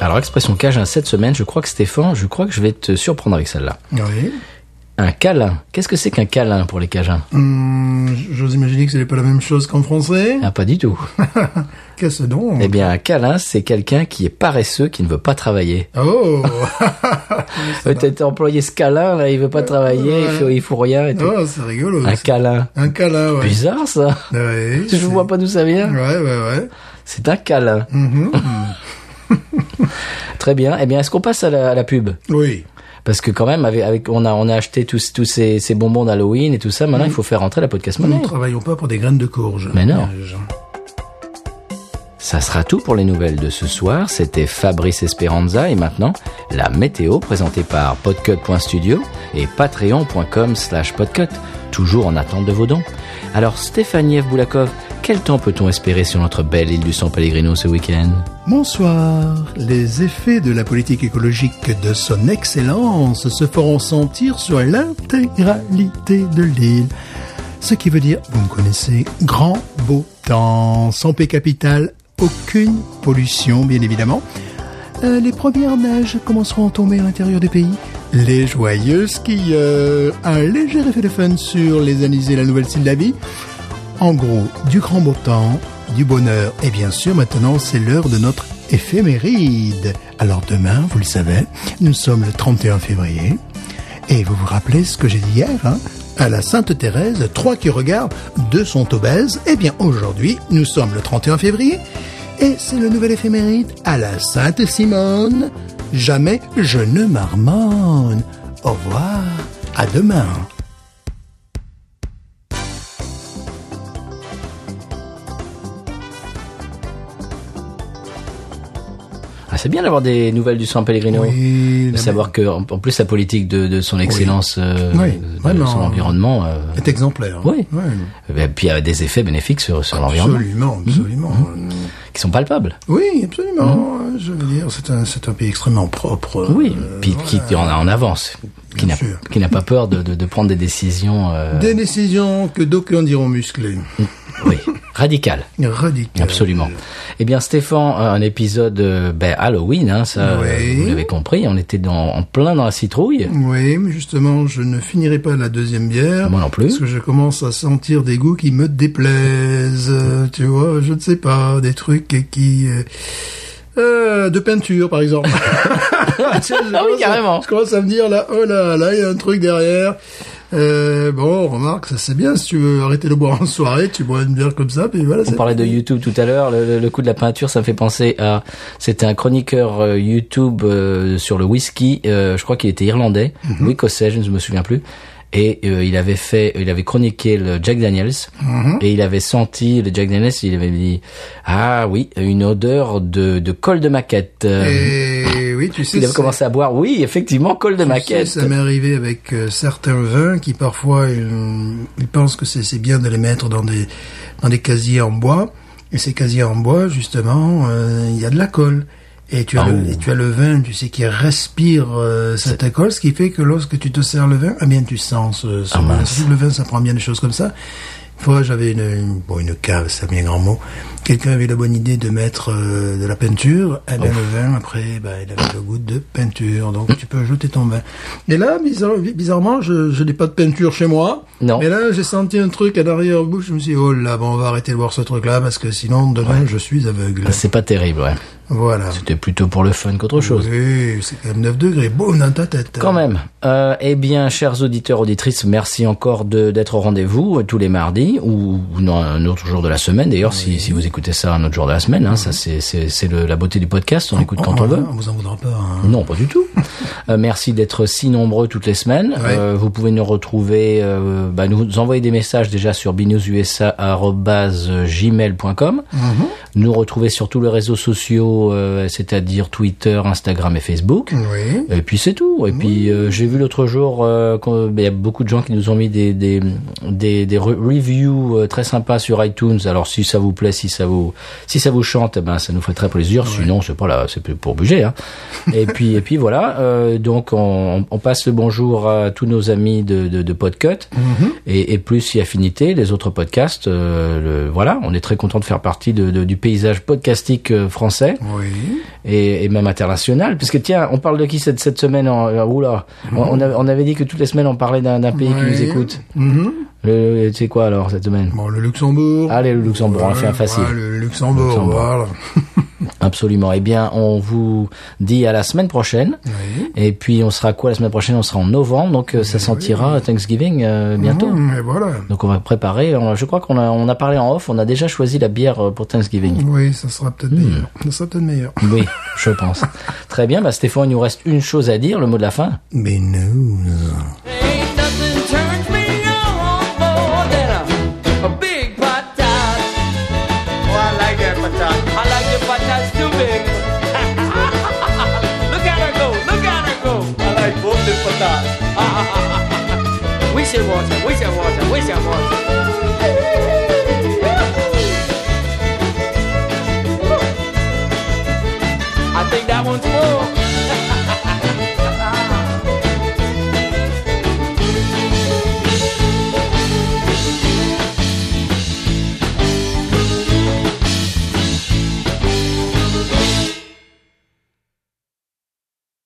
Speaker 2: Alors, expression Cajun cette semaine, je crois que Stéphane, je crois que je vais te surprendre avec celle-là.
Speaker 3: Oui.
Speaker 2: Un câlin. Qu'est-ce que c'est qu'un câlin pour les Cajuns
Speaker 3: Hum, J'ose imaginer que ce n'est pas la même chose qu'en français.
Speaker 2: Ah, pas du tout.
Speaker 3: [laughs] Qu'est-ce donc
Speaker 2: Ah. eh bien, un câlin, c'est quelqu'un qui est paresseux, qui ne veut pas travailler.
Speaker 3: Oh [laughs]
Speaker 2: Peut-être employé ce câlin, là, il veut pas travailler, il, faut, il faut rien et tout.
Speaker 3: Oh, c'est rigolo.
Speaker 2: un
Speaker 3: ça.
Speaker 2: câlin.
Speaker 3: Un câlin, ouais.
Speaker 2: Bizarre, ça.
Speaker 3: Ouais,
Speaker 2: Je
Speaker 3: c'est-
Speaker 2: vois pas d'où ça vient.
Speaker 3: Ouais, Mhm. ouais, ouais.
Speaker 2: C'est un câlin. [laughs] Très bien. Eh bien, est-ce qu'on passe à la, à la pub
Speaker 3: Oui.
Speaker 2: Parce que quand même, avec, avec- on a on a acheté tous tous ces, ces bonbons d'Halloween et tout ça. Maintenant, il faut faire rentrer la podcast
Speaker 3: Nous
Speaker 2: monnaie.
Speaker 3: ne travaillons pas pour des graines de courge.
Speaker 2: Mais non.
Speaker 3: Euh, Jean.
Speaker 2: Ça sera tout pour les nouvelles de ce soir. C'était Fabrice Esperanza et maintenant la météo présentée par podcut.studio et patreon.com slash podcut, toujours en attente de vos dons. Alors Stéphanie F. Boulakov, quel temps peut-on espérer sur notre belle île du San Pellegrino ce week-end
Speaker 3: Bonsoir. Les effets de la politique écologique de son excellence se feront sentir sur l'intégralité de l'île. Ce qui veut dire, vous me connaissez, grand beau temps, sans paix capitale, aucune pollution bien évidemment. Euh, les premières neiges commenceront à tomber à l'intérieur du pays. Les joyeux skieurs, un léger effet de fun sur les anisés, la nouvelle style de la vie. En gros, du grand beau temps, du bonheur. Et bien sûr, maintenant, c'est l'heure de notre éphéméride. Alors demain, vous le savez, nous sommes le 31 février. Et vous vous rappelez ce que j'ai dit hier hein À la Sainte Thérèse, trois qui regardent, deux sont obèses. Eh bien, aujourd'hui, nous sommes le 31 février. Et c'est le nouvel éphéméride à la Sainte Simone. Jamais je ne marmonne. Au revoir. À demain.
Speaker 2: Ah, c'est bien d'avoir des nouvelles du San Pellegrino.
Speaker 3: Oui,
Speaker 2: de
Speaker 3: la-
Speaker 2: savoir que, en, en plus, sa politique de, de son excellence, euh,
Speaker 3: Oui,
Speaker 2: de
Speaker 3: vraiment.
Speaker 2: son environnement, euh,
Speaker 3: est exemplaire.
Speaker 2: Oui.
Speaker 3: Ouais.
Speaker 2: et Eh ben, puis a des effets bénéfiques sur, sur l'environnement
Speaker 3: Absolument, absolument.
Speaker 2: Hmm. qui sont palpables.
Speaker 3: Oui, absolument. Je veux dire, c'est un, c'est un pays extrêmement propre.
Speaker 2: Hmm. Oui,
Speaker 3: Euh,
Speaker 2: puis qui est en, en avance, qui n'a
Speaker 3: Bien sûr.
Speaker 2: qui n'a pas peur de, de, de prendre des décisions euh,
Speaker 3: Des décisions que d'aucuns diront musclées.
Speaker 2: [laughs] oui, radicales.
Speaker 3: Radicales.
Speaker 2: Absolument.
Speaker 3: euh.
Speaker 2: Eh bien, Stéphane, un épisode euh, ben, Halloween, hein, ça,
Speaker 3: Oui.
Speaker 2: vous l'avez compris, on était dans, en plein dans la citrouille.
Speaker 3: Oui, mais justement, je ne finirai pas la deuxième bière.
Speaker 2: Moi non plus.
Speaker 3: Parce que je commence à sentir des goûts qui me déplaisent. Euh, Tu vois, je ne sais pas, des trucs qui... euh, euh, de peinture, par
Speaker 2: [laughs]
Speaker 3: exemple. ah
Speaker 2: oui, carrément.
Speaker 3: Je commence à me dire, là, oh là, là, il y a un truc derrière. Euh, bon, remarque, ça c'est bien si tu veux arrêter de boire en soirée, tu bois une bière comme ça, puis voilà.
Speaker 2: On
Speaker 3: c'est-
Speaker 2: parlait de YouTube tout à l'heure, le, le- le coup de la peinture, ça me fait penser à... C'était un chroniqueur euh, YouTube euh, sur le whisky, euh, je crois qu'il était irlandais,
Speaker 3: Mhm.
Speaker 2: ou écossais, je ne me souviens plus. Et euh, il avait fait, il avait chroniqué le Jack Daniels,
Speaker 3: Mhm.
Speaker 2: et il avait senti le Jack Daniels, il avait dit ah oui une odeur de, de colle de maquette. Euh,
Speaker 3: Et oui, tu sais.
Speaker 2: il avait
Speaker 3: c'est-
Speaker 2: commencé à boire, oui effectivement colle de
Speaker 3: Tu
Speaker 2: maquette.
Speaker 3: sais, ça m'est arrivé avec euh, certains vins qui parfois euh, ils pensent que c'est c'est bien de les mettre dans des dans des casiers en bois et ces casiers en bois justement euh, il y a de la colle et tu as
Speaker 2: Ah,
Speaker 3: le,
Speaker 2: ouh.
Speaker 3: et tu as le vin tu sais qui respire euh, cette colle ce qui fait que lorsque tu te sers le vin ah bien tu sens ce, ce
Speaker 2: Ah,
Speaker 3: vin.
Speaker 2: mince.
Speaker 3: Surtout que le vin ça prend bien des choses comme ça une fois j'avais une, une- bon une cave c'est un bien grand mot quelqu'un avait la bonne idée de mettre euh, de la peinture eh bien, le vin après bah, il avait le goût de peinture donc tu peux jeter ton vin et là bizarre- bizarrement je, je n'ai pas de peinture chez moi
Speaker 2: Non.
Speaker 3: mais là j'ai senti un truc à l'arrière bouche je me suis dit, oh là bon on va arrêter de voir ce truc là parce que sinon demain je suis aveugle
Speaker 2: Ah, C'est pas terrible, ouais.
Speaker 3: voilà
Speaker 2: C'était plutôt pour le fun qu'autre chose.
Speaker 3: oui, c'est quand même 9 degrés boum dans ta tête
Speaker 2: Quand même. Euh, eh bien, chers auditeurs, auditrices, merci encore de d'être au rendez-vous euh, tous les mardis ou, ou dans un autre jour de la semaine. D'ailleurs, si, si vous écoutez ça un autre jour de la semaine, hein, ça c'est- c'est c'est le- la beauté du podcast. On écoute quand on veut.
Speaker 3: Oh, on vous en voudra pas hein.
Speaker 2: Non, pas du tout. Euh, merci d'être si nombreux toutes les semaines.
Speaker 3: Ouais.
Speaker 2: Euh, vous pouvez nous retrouver, euh, bah, nous envoyer des messages déjà sur binewsusa@gmail.com. Nous retrouver sur tous les réseaux sociaux, euh, c'est-à-dire Twitter, Instagram et Facebook.
Speaker 3: oui
Speaker 2: Et puis c'est tout. Et puis euh, j'ai vu l'autre jour euh, qu'on- il y a beaucoup de gens qui nous ont mis des des des, des re- reviews euh, très sympas sur iTunes. Alors si ça vous plaît, si ça vous si ça vous chante, eh ben ça nous ferait très plaisir. Sinon c'est pas là, c'est plus pour budget. Hein. et puis et puis voilà. Euh, donc on, on passe le bonjour à tous nos amis de de, de Podcut et, et plus si affinité les autres podcasts. euh, le- voilà, on est très content de faire partie de, de- du paysage podcastique euh, français
Speaker 3: oui
Speaker 2: et, et même international. Puisque tiens, on parle de qui cette, cette semaine en, euh, Oula, on, on, avait, on avait dit que toutes les semaines on parlait d'un d'un pays qui nous
Speaker 3: Mm-hmm. Ouais.
Speaker 2: écoute.
Speaker 3: Mhm.
Speaker 2: Le- C'est quoi alors cette semaine
Speaker 3: Bon, le Luxembourg.
Speaker 2: Allez, le Luxembourg, on
Speaker 3: Ouais,
Speaker 2: va faire facile.
Speaker 3: ouais, le Luxembourg,
Speaker 2: Luxembourg.
Speaker 3: voilà.
Speaker 2: Absolument. Eh bien, on vous dit à la semaine prochaine.
Speaker 3: Oui.
Speaker 2: Et puis, on sera quoi la semaine prochaine On sera en novembre, donc euh, ça sentira Thanksgiving euh, bientôt.
Speaker 3: Mmh, et voilà.
Speaker 2: Donc, on va préparer. on- je crois qu'on a, on a parlé en off. On a déjà choisi la bière euh, pour
Speaker 3: [laughs]
Speaker 2: Thanksgiving.
Speaker 3: Oui, ça sera peut-être meilleur. Ça sera peut-être meilleur.
Speaker 2: Oui, je pense. Très bien. Bah, Stéphane, il nous reste une chose à dire, le mot de la fin.
Speaker 3: Mais nous.
Speaker 6: Ain't nothing turns me on more than a, a big patat. Oh, I like that patat. I like the patats too big. [laughs] look at her go, look at her go. I like both the [laughs] patats. we should watch her, we should watch her, we should watch her. I think that one's full.